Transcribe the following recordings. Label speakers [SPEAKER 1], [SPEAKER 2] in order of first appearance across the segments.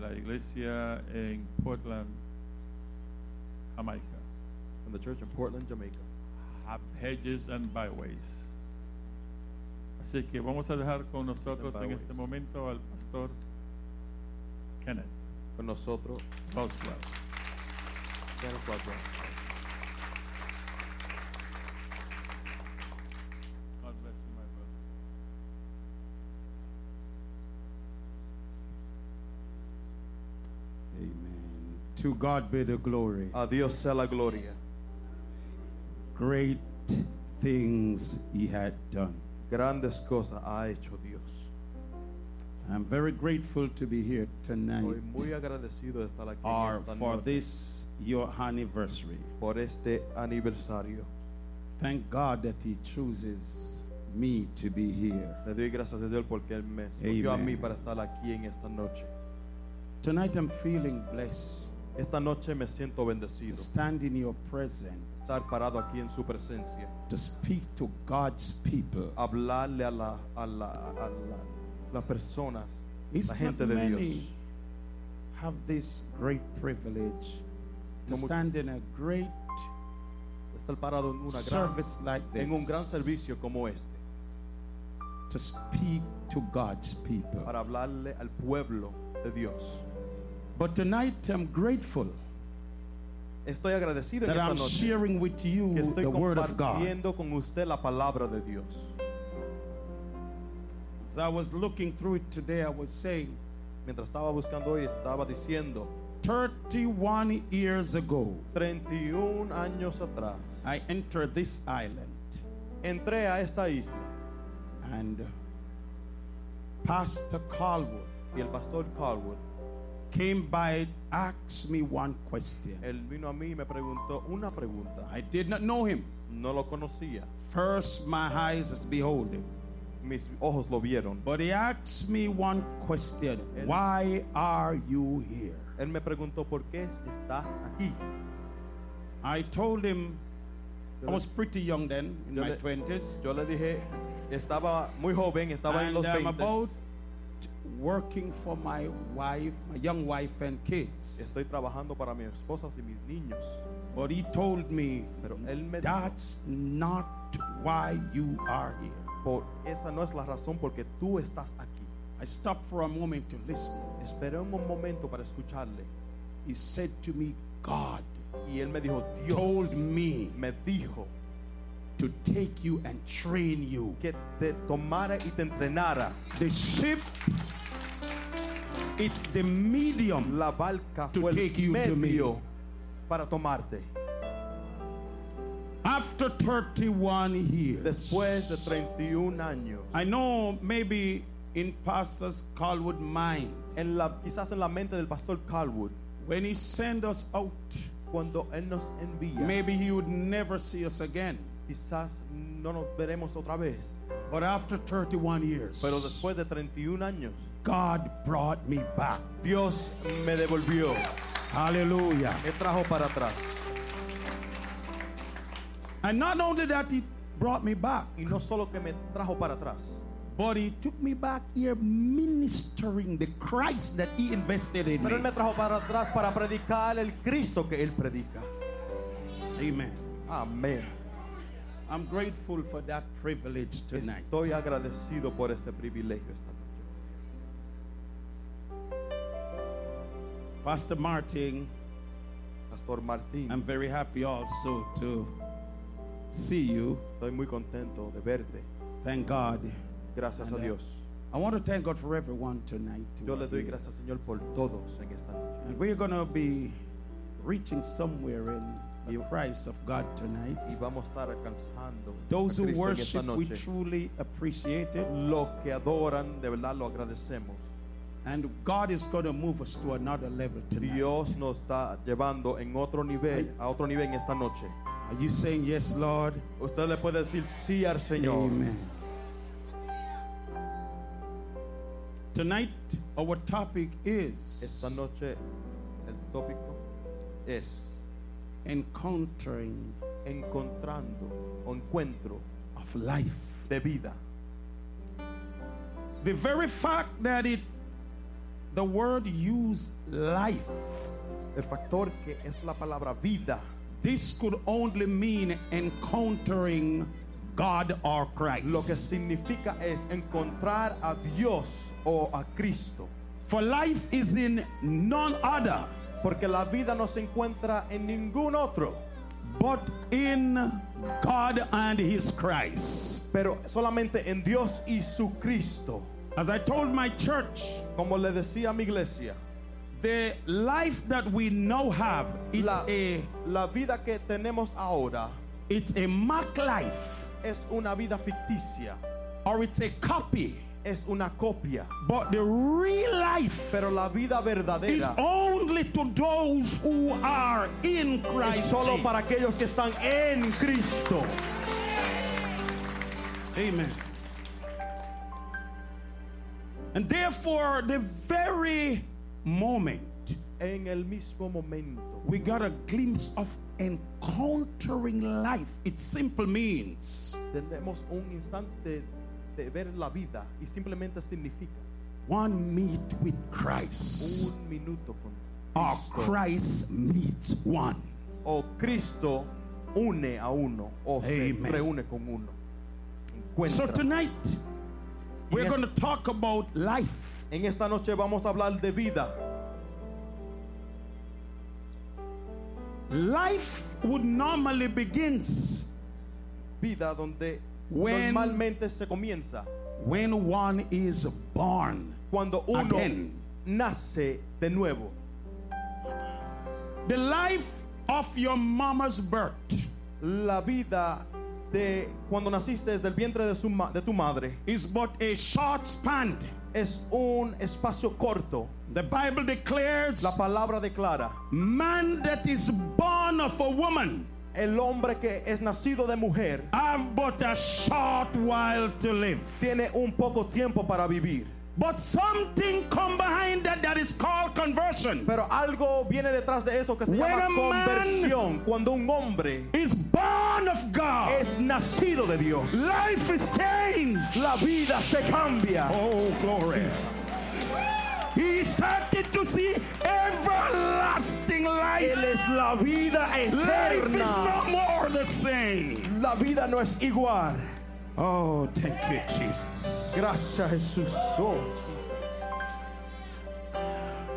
[SPEAKER 1] la iglesia en Portland, Jamaica.
[SPEAKER 2] and the church in Portland, Jamaica.
[SPEAKER 1] Ha- Hedges and Byways. Así que vamos a dejar con nosotros en
[SPEAKER 2] Byways.
[SPEAKER 1] este momento al pastor Kenneth
[SPEAKER 2] Con nosotros,
[SPEAKER 1] Boswell.
[SPEAKER 2] Kenneth Boswell.
[SPEAKER 1] God bless you, my brother.
[SPEAKER 3] Amen. To God be the glory.
[SPEAKER 2] A Dios sea la gloria.
[SPEAKER 3] Great things he had done.
[SPEAKER 2] Grandes cosas ha hecho Dios.
[SPEAKER 3] I'm very grateful to be here
[SPEAKER 2] Estoy
[SPEAKER 3] tonight
[SPEAKER 2] muy agradecido de estar aquí en
[SPEAKER 3] or
[SPEAKER 2] esta
[SPEAKER 3] for
[SPEAKER 2] noche,
[SPEAKER 3] this your anniversary.
[SPEAKER 2] por este aniversario.
[SPEAKER 3] Thank God that he chooses me to be here.
[SPEAKER 2] Le doy gracias a Dios porque Él me escogió a
[SPEAKER 3] Amen.
[SPEAKER 2] mí para estar aquí en esta noche.
[SPEAKER 3] Tonight I'm feeling blessed
[SPEAKER 2] Esta noche me siento
[SPEAKER 3] to
[SPEAKER 2] bendecido.
[SPEAKER 3] stand in your presence,
[SPEAKER 2] Estar parado aquí en su presencia.
[SPEAKER 3] to speak to God's people.
[SPEAKER 2] Hablarle a, la, a, la, a la- las personas, la
[SPEAKER 3] It's not
[SPEAKER 2] gente de Dios.
[SPEAKER 3] many have this great privilege to
[SPEAKER 2] No much-
[SPEAKER 3] stand in a great
[SPEAKER 2] Estar parado en, una gran,
[SPEAKER 3] service like this.
[SPEAKER 2] en un gran servicio como este.
[SPEAKER 3] to speak to God's people.
[SPEAKER 2] Para hablarle al pueblo de Dios.
[SPEAKER 3] But tonight I'm grateful
[SPEAKER 2] Estoy agradecido en
[SPEAKER 3] that
[SPEAKER 2] esta
[SPEAKER 3] I'm
[SPEAKER 2] noche.
[SPEAKER 3] sharing with you
[SPEAKER 2] que estoy
[SPEAKER 3] the Word of God.
[SPEAKER 2] compartiendo con usted la palabra de Dios.
[SPEAKER 3] As I was looking through it today, I was saying,
[SPEAKER 2] Mientras estaba buscando hoy, estaba diciendo,
[SPEAKER 3] 31 years ago,
[SPEAKER 2] 31 años atrás,
[SPEAKER 3] I entered this island
[SPEAKER 2] entré a esta isla
[SPEAKER 3] and uh, Pastor Colwood
[SPEAKER 2] y el pastor Carwood,
[SPEAKER 3] came by, asked me one question.
[SPEAKER 2] él vino a mí y me preguntó una pregunta.
[SPEAKER 3] I did not know him.
[SPEAKER 2] No lo conocía,
[SPEAKER 3] First, my eyes is beholding.
[SPEAKER 2] mis ojos lo vieron.
[SPEAKER 3] But he asked me one question. Why are you here?
[SPEAKER 2] Él me preguntó, ¿por qué estás aquí?
[SPEAKER 3] I told him I
[SPEAKER 2] Yo
[SPEAKER 3] was
[SPEAKER 2] le,
[SPEAKER 3] pretty young then, in
[SPEAKER 2] Yo
[SPEAKER 3] my
[SPEAKER 2] le-
[SPEAKER 3] twenties,
[SPEAKER 2] yo le dije, estaba muy joven, estaba en
[SPEAKER 3] and
[SPEAKER 2] los
[SPEAKER 3] I'm
[SPEAKER 2] 20.
[SPEAKER 3] about working for my wife, my young wife and kids.
[SPEAKER 2] Estoy trabajando para mis esposas y mis niños.
[SPEAKER 3] But he told me,
[SPEAKER 2] Pero él me dijo-
[SPEAKER 3] that's not why you are here.
[SPEAKER 2] Por, esa no es la razón porque tú estás aquí.
[SPEAKER 3] I stopped for a moment to listen.
[SPEAKER 2] Esperé un momento para escucharle
[SPEAKER 3] He said to me, God
[SPEAKER 2] y él me dijo, Dios
[SPEAKER 3] told me
[SPEAKER 2] me dijo
[SPEAKER 3] to take you and train you.
[SPEAKER 2] que te tomara y te entrenara
[SPEAKER 3] The ship, it's the medium.
[SPEAKER 2] la barca
[SPEAKER 3] To
[SPEAKER 2] fue el
[SPEAKER 3] take you to
[SPEAKER 2] medio
[SPEAKER 3] me.
[SPEAKER 2] para tomarte.
[SPEAKER 3] After 31 years.
[SPEAKER 2] Después de 31 años,
[SPEAKER 3] I know maybe in Pastor Colwood mind,
[SPEAKER 2] en la, quizás en la mente del pastor Calwood,
[SPEAKER 3] when he send us out,
[SPEAKER 2] cuando él nos envía,
[SPEAKER 3] maybe he would never see us again.
[SPEAKER 2] quizás no nos veremos otra vez.
[SPEAKER 3] But after 31 years,
[SPEAKER 2] Pero después de 31 años,
[SPEAKER 3] God brought me back.
[SPEAKER 2] Dios me devolvió,
[SPEAKER 3] Hallelujah.
[SPEAKER 2] me trajo para atrás.
[SPEAKER 3] And not only that, he brought me back,
[SPEAKER 2] Y no solo que me trajo para atrás,
[SPEAKER 3] but he took me back here ministering the Christ that he invested in
[SPEAKER 2] Pero él
[SPEAKER 3] me.
[SPEAKER 2] me trajo para atrás para predicar el Cristo que él predica.
[SPEAKER 3] Amen.
[SPEAKER 2] Amén.
[SPEAKER 3] I'm grateful for that privilege tonight.
[SPEAKER 2] Estoy agradecido por este privilegio esta noche.
[SPEAKER 3] Pastor Martin,
[SPEAKER 2] Pastor Martín,
[SPEAKER 3] I'm very happy also to see you.
[SPEAKER 2] estoy muy contento de verte.
[SPEAKER 3] Thank God.
[SPEAKER 2] Gracias a
[SPEAKER 3] And, uh,
[SPEAKER 2] Dios.
[SPEAKER 3] I want to thank God for everyone tonight. who
[SPEAKER 2] Yo
[SPEAKER 3] are
[SPEAKER 2] le doy
[SPEAKER 3] here.
[SPEAKER 2] gracias, Señor, por todos en esta noche.
[SPEAKER 3] And we're going to be reaching somewhere in the
[SPEAKER 2] You-
[SPEAKER 3] Christ of God tonight.
[SPEAKER 2] Y vamos a estar alcanzando a
[SPEAKER 3] Those who
[SPEAKER 2] Cristo en esta
[SPEAKER 3] worship, we
[SPEAKER 2] noche.
[SPEAKER 3] truly appreciate it.
[SPEAKER 2] Los que adoran, de verdad lo agradecemos.
[SPEAKER 3] And God is going to move us to another level tonight.
[SPEAKER 2] Dios nos está llevando en otro nivel, a otro nivel en esta noche.
[SPEAKER 3] Are you saying yes, Lord?
[SPEAKER 2] Usted le puede decir sí al Señor.
[SPEAKER 3] Amen. Tonight, our topic is
[SPEAKER 2] Esta noche el tópico es
[SPEAKER 3] encountering
[SPEAKER 2] encontrando o encuentro
[SPEAKER 3] of life.
[SPEAKER 2] de vida.
[SPEAKER 3] The very fact that it, The word used life.
[SPEAKER 2] El factor que es la palabra vida.
[SPEAKER 3] This could only mean encountering God or Christ.
[SPEAKER 2] Lo que significa es encontrar a Dios o a Cristo.
[SPEAKER 3] For life is in none other
[SPEAKER 2] Porque la vida no se encuentra en ningún otro,
[SPEAKER 3] but in God and His Christ.
[SPEAKER 2] pero solamente en Dios y su Cristo.
[SPEAKER 3] As I told my church,
[SPEAKER 2] Como le decía a mi iglesia,
[SPEAKER 3] the life that we now have it's
[SPEAKER 2] la,
[SPEAKER 3] a
[SPEAKER 2] la vida que tenemos ahora
[SPEAKER 3] it's a mock life
[SPEAKER 2] es una vida ficticia,
[SPEAKER 3] or it's a copy,
[SPEAKER 2] es una copia.
[SPEAKER 3] but the real life
[SPEAKER 2] Pero la vida
[SPEAKER 3] is
[SPEAKER 2] verdadera
[SPEAKER 3] only to those who are in
[SPEAKER 2] es
[SPEAKER 3] Christ.
[SPEAKER 2] solo
[SPEAKER 3] Jesus.
[SPEAKER 2] para aquellos que están en Cristo.
[SPEAKER 3] Amen. And therefore, the very moment
[SPEAKER 2] En el mismo momento
[SPEAKER 3] we got a glimpse of encountering life, it simple means
[SPEAKER 2] tenemos un instante de ver la vida y simplemente significa
[SPEAKER 3] one meet with Christ,
[SPEAKER 2] un minuto con
[SPEAKER 3] or Christ meets one.
[SPEAKER 2] o Cristo une a uno o
[SPEAKER 3] Amen.
[SPEAKER 2] se reúne con uno.
[SPEAKER 3] So
[SPEAKER 2] Encuentra.
[SPEAKER 3] tonight, we're
[SPEAKER 2] Yes.
[SPEAKER 3] going to talk about life.
[SPEAKER 2] en esta noche vamos a hablar de vida.
[SPEAKER 3] Life would normally begins
[SPEAKER 2] Vida donde
[SPEAKER 3] When-
[SPEAKER 2] normalmente se comienza
[SPEAKER 3] when one is born.
[SPEAKER 2] cuando uno
[SPEAKER 3] Again.
[SPEAKER 2] nace de nuevo.
[SPEAKER 3] The life of your mama's birth.
[SPEAKER 2] La vida de cuando naciste desde el vientre de, su ma- de tu madre
[SPEAKER 3] is but a short span.
[SPEAKER 2] es un espacio corto.
[SPEAKER 3] The Bible declares
[SPEAKER 2] La palabra declara,
[SPEAKER 3] man that is born of a woman
[SPEAKER 2] el hombre que es nacido de mujer
[SPEAKER 3] have but a short while to live.
[SPEAKER 2] tiene un poco tiempo para vivir.
[SPEAKER 3] But something come behind that that is called conversion.
[SPEAKER 2] Pero algo viene detrás de eso que se
[SPEAKER 3] When a
[SPEAKER 2] llama
[SPEAKER 3] man-
[SPEAKER 2] conversión. Cuando un hombre
[SPEAKER 3] Is born of God.
[SPEAKER 2] es nacido de Dios,
[SPEAKER 3] Life is changed.
[SPEAKER 2] la vida se cambia.
[SPEAKER 3] Oh glory. He started to see everlasting
[SPEAKER 2] Él
[SPEAKER 3] life.
[SPEAKER 2] es la vida
[SPEAKER 3] Life is
[SPEAKER 2] eterna.
[SPEAKER 3] no more the same.
[SPEAKER 2] La vida no es igual.
[SPEAKER 3] Oh, thank you, Jesus.
[SPEAKER 2] Gracias Jesús. Oh, Jesus.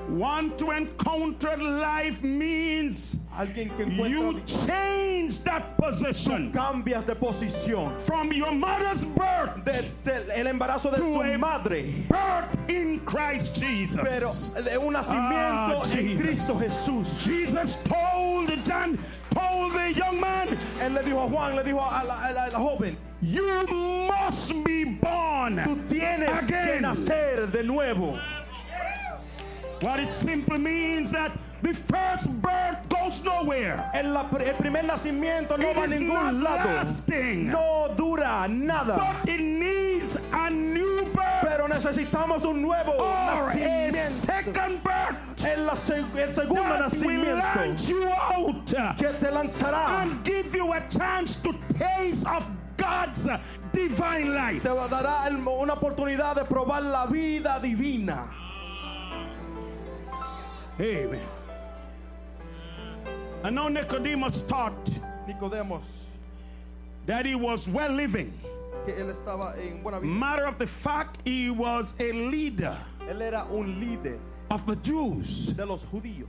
[SPEAKER 3] Want to encounter life means
[SPEAKER 2] Alguien que encuentra
[SPEAKER 3] you change that position
[SPEAKER 2] cambias de posición.
[SPEAKER 3] from your mother's birth,
[SPEAKER 2] Desde el embarazo de
[SPEAKER 3] Tú
[SPEAKER 2] su
[SPEAKER 3] em-
[SPEAKER 2] madre.
[SPEAKER 3] birth in Christ Jesus.
[SPEAKER 2] Pero de un nacimiento
[SPEAKER 3] Ah,
[SPEAKER 2] en
[SPEAKER 3] Jesus.
[SPEAKER 2] Cristo Jesús.
[SPEAKER 3] Jesus told John, told the young man,
[SPEAKER 2] Él le dijo a Juan, le dijo a la, a la- a la joven,
[SPEAKER 3] you must be
[SPEAKER 2] tú
[SPEAKER 3] born.
[SPEAKER 2] tienes que
[SPEAKER 3] Again.
[SPEAKER 2] nacer de nuevo.
[SPEAKER 3] What it simply means that the first birth goes nowhere.
[SPEAKER 2] El, la- el primer nacimiento no
[SPEAKER 3] It
[SPEAKER 2] va a
[SPEAKER 3] is not
[SPEAKER 2] ningún lado.
[SPEAKER 3] lasting.
[SPEAKER 2] No dura nada.
[SPEAKER 3] But it needs a new birth
[SPEAKER 2] Pero necesitamos un nuevo
[SPEAKER 3] or a
[SPEAKER 2] nacimiento.
[SPEAKER 3] second birth.
[SPEAKER 2] El, la seg- el segundo
[SPEAKER 3] that will launch
[SPEAKER 2] nacimiento
[SPEAKER 3] you out uh,
[SPEAKER 2] que te lanzará.
[SPEAKER 3] and give you a chance to taste of God's uh, divine life.
[SPEAKER 2] Te dará el- una oportunidad de probar la vida divina.
[SPEAKER 3] Amen. I know Nicodemus thought
[SPEAKER 2] Nicodemos,
[SPEAKER 3] that he was well living.
[SPEAKER 2] que él estaba en buena vida.
[SPEAKER 3] Matter of the fact, he was a leader
[SPEAKER 2] Él era un líder
[SPEAKER 3] of the Jews.
[SPEAKER 2] de los judíos.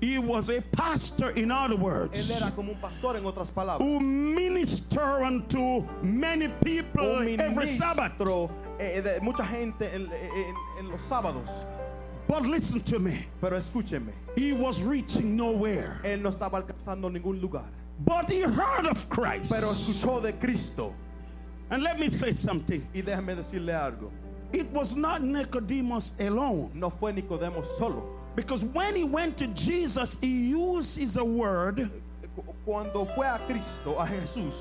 [SPEAKER 3] He was a pastor, in other
[SPEAKER 2] Él
[SPEAKER 3] words,
[SPEAKER 2] era como un pastor, en otras palabras.
[SPEAKER 3] who ministered unto many people
[SPEAKER 2] Un
[SPEAKER 3] every Sabbath.
[SPEAKER 2] ministro eh, de mucha gente en, en- en los sábados.
[SPEAKER 3] But listen to me,
[SPEAKER 2] Pero escúcheme,
[SPEAKER 3] he was reaching nowhere.
[SPEAKER 2] él no estaba alcanzando ningún lugar.
[SPEAKER 3] But he heard of Christ.
[SPEAKER 2] Pero escuchó de Cristo.
[SPEAKER 3] And let me say something.
[SPEAKER 2] Y déjeme decirle algo.
[SPEAKER 3] It was not Nicodemus alone.
[SPEAKER 2] No fue Nicodemo solo.
[SPEAKER 3] Because when he went to Jesus, he uses a word
[SPEAKER 2] Cu- Cuando fue a Cristo, a Jesús,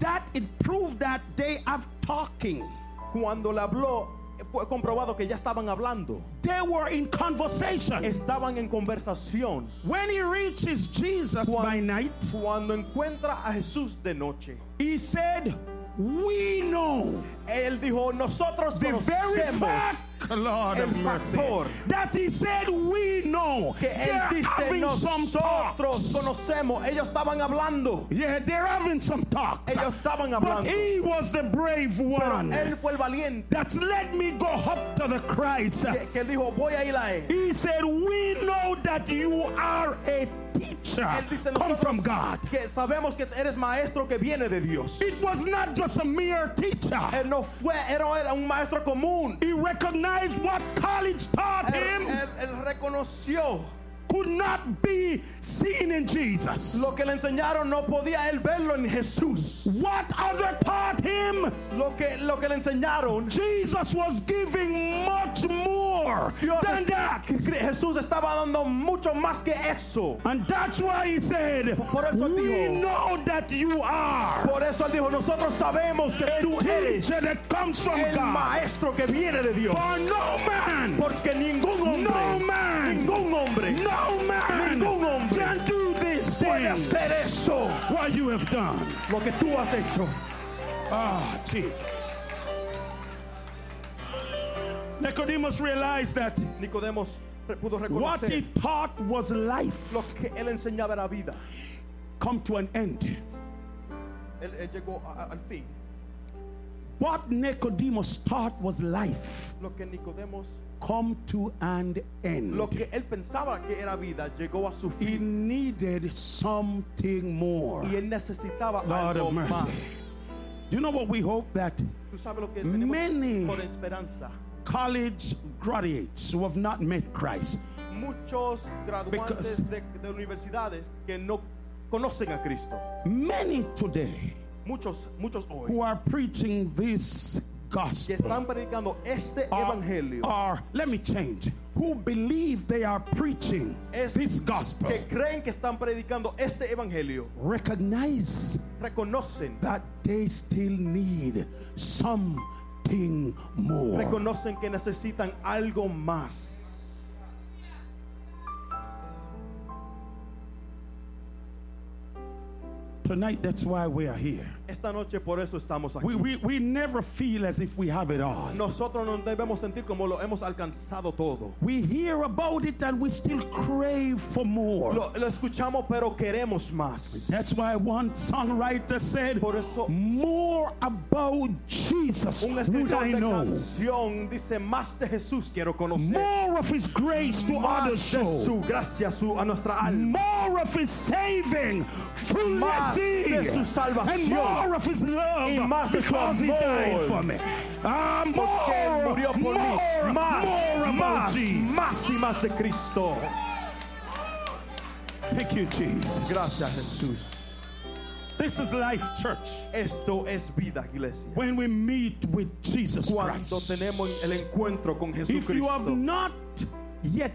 [SPEAKER 3] that it proved that they have talking.
[SPEAKER 2] cuando le habló, fue comprobado que ya estaban hablando.
[SPEAKER 3] They were in conversation.
[SPEAKER 2] Estaban en conversación.
[SPEAKER 3] When he reaches Jesus
[SPEAKER 2] Cuan-
[SPEAKER 3] by night,
[SPEAKER 2] Cuando encuentra a Jesús de noche,
[SPEAKER 3] he said, We know
[SPEAKER 2] él dijo, nosotros
[SPEAKER 3] the very
[SPEAKER 2] conocemos
[SPEAKER 3] fact
[SPEAKER 2] Lord
[SPEAKER 3] el
[SPEAKER 2] of mercy.
[SPEAKER 3] factor that he said we know
[SPEAKER 2] Que
[SPEAKER 3] they're
[SPEAKER 2] él dice,
[SPEAKER 3] having some
[SPEAKER 2] nosotros
[SPEAKER 3] talks
[SPEAKER 2] conocemos, ellos estaban hablando,
[SPEAKER 3] yeah they're having some talks
[SPEAKER 2] ellos estaban
[SPEAKER 3] but
[SPEAKER 2] hablando,
[SPEAKER 3] he was the brave
[SPEAKER 2] pero
[SPEAKER 3] one
[SPEAKER 2] él fue el valiente
[SPEAKER 3] that's let me go up to the Christ
[SPEAKER 2] que, que dijo, voy a ir a él.
[SPEAKER 3] he said we know that you are a teacher
[SPEAKER 2] Él dice,
[SPEAKER 3] come
[SPEAKER 2] "Nosotros
[SPEAKER 3] from God
[SPEAKER 2] Que sabemos que eres maestro que viene de Dios.
[SPEAKER 3] it was not just a mere teacher
[SPEAKER 2] Él no fue, era, era un maestro común.
[SPEAKER 3] he recognized what college taught
[SPEAKER 2] Él,
[SPEAKER 3] him
[SPEAKER 2] él- él reconoció
[SPEAKER 3] could not be seen in Jesus
[SPEAKER 2] lo que le enseñaron, no podía él verlo en Jesús.
[SPEAKER 3] what other taught him
[SPEAKER 2] Lo que, lo que le enseñaron,
[SPEAKER 3] Jesus was giving much more
[SPEAKER 2] Dios
[SPEAKER 3] than that.
[SPEAKER 2] Jesús estaba dando mucho más que eso.
[SPEAKER 3] And that's why he said,
[SPEAKER 2] Por eso él
[SPEAKER 3] We
[SPEAKER 2] dijo-
[SPEAKER 3] know that you are
[SPEAKER 2] Por eso él dijo, nosotros sabemos que
[SPEAKER 3] a
[SPEAKER 2] tú eres
[SPEAKER 3] teacher that comes from
[SPEAKER 2] el
[SPEAKER 3] God.
[SPEAKER 2] maestro que viene de Dios.
[SPEAKER 3] For no man,
[SPEAKER 2] Porque ningún
[SPEAKER 3] no
[SPEAKER 2] hombre,
[SPEAKER 3] man,
[SPEAKER 2] ningún hombre
[SPEAKER 3] no man
[SPEAKER 2] Ningún hombre
[SPEAKER 3] can do these
[SPEAKER 2] puede
[SPEAKER 3] things.
[SPEAKER 2] hacer eso,
[SPEAKER 3] What you have done.
[SPEAKER 2] lo que tú has hecho.
[SPEAKER 3] Ah, Jesus. Nicodemus realized that
[SPEAKER 2] Nicodemos re- pudo
[SPEAKER 3] what he
[SPEAKER 2] reconocer
[SPEAKER 3] taught was life
[SPEAKER 2] lo que él enseñaba era vida.
[SPEAKER 3] come to an end.
[SPEAKER 2] Él, él llegó a- a- al fin.
[SPEAKER 3] What Nicodemus thought was life
[SPEAKER 2] Lo que Nicodemos,
[SPEAKER 3] come to an end.
[SPEAKER 2] lo que él pensaba que era vida, llegó a su
[SPEAKER 3] he
[SPEAKER 2] fin.
[SPEAKER 3] needed something more.
[SPEAKER 2] Y él necesitaba
[SPEAKER 3] Lord
[SPEAKER 2] algo
[SPEAKER 3] of
[SPEAKER 2] más.
[SPEAKER 3] mercy. You know what we hope that
[SPEAKER 2] Tú sabes lo que tenemos
[SPEAKER 3] Many.
[SPEAKER 2] por esperanza.
[SPEAKER 3] college graduates who have not met Christ,
[SPEAKER 2] muchos
[SPEAKER 3] Because-
[SPEAKER 2] graduantes de, de universidades que no conocen a Cristo.
[SPEAKER 3] many today
[SPEAKER 2] Muchos, muchos hoy
[SPEAKER 3] who are preaching this
[SPEAKER 2] que
[SPEAKER 3] gospel,
[SPEAKER 2] están predicando este
[SPEAKER 3] are-
[SPEAKER 2] evangelio,
[SPEAKER 3] are, let me change, who believe they are preaching
[SPEAKER 2] Es-
[SPEAKER 3] this gospel,
[SPEAKER 2] que creen que están predicando este evangelio,
[SPEAKER 3] recognize
[SPEAKER 2] reconocen,
[SPEAKER 3] that they still need something more.
[SPEAKER 2] reconocen que necesitan algo más.
[SPEAKER 3] Tonight, that's why we are here.
[SPEAKER 2] Esta noche por eso estamos aquí.
[SPEAKER 3] We, we, we never feel as if we have it all.
[SPEAKER 2] Nosotros nos debemos sentir como lo hemos alcanzado todo.
[SPEAKER 3] We hear about it and we still crave for more.
[SPEAKER 2] Lo, lo escuchamos pero queremos más.
[SPEAKER 3] That's why one songwriter said,
[SPEAKER 2] Por eso
[SPEAKER 3] More about Jesus
[SPEAKER 2] un
[SPEAKER 3] would
[SPEAKER 2] escritor
[SPEAKER 3] I
[SPEAKER 2] de
[SPEAKER 3] know.
[SPEAKER 2] canción dice más de Jesús quiero conocer.
[SPEAKER 3] More of his grace to
[SPEAKER 2] más de
[SPEAKER 3] others show.
[SPEAKER 2] su gracia su, a nuestra alma.
[SPEAKER 3] More of his saving, fullness
[SPEAKER 2] Más de su salvación.
[SPEAKER 3] and more of his love
[SPEAKER 2] Y más de su
[SPEAKER 3] because he died
[SPEAKER 2] amor.
[SPEAKER 3] for me. Ah,
[SPEAKER 2] Porque Él
[SPEAKER 3] more,
[SPEAKER 2] murió por mí.
[SPEAKER 3] more,
[SPEAKER 2] Más,
[SPEAKER 3] more about
[SPEAKER 2] más,
[SPEAKER 3] Jesus.
[SPEAKER 2] más y más de Cristo.
[SPEAKER 3] Thank you, Jesus.
[SPEAKER 2] Gracias Jesús.
[SPEAKER 3] This is life, church.
[SPEAKER 2] Esto es vida, iglesia.
[SPEAKER 3] When we meet with Jesus
[SPEAKER 2] Cuando
[SPEAKER 3] Christ.
[SPEAKER 2] tenemos el encuentro con
[SPEAKER 3] If you have
[SPEAKER 2] Jesucristo,
[SPEAKER 3] not yet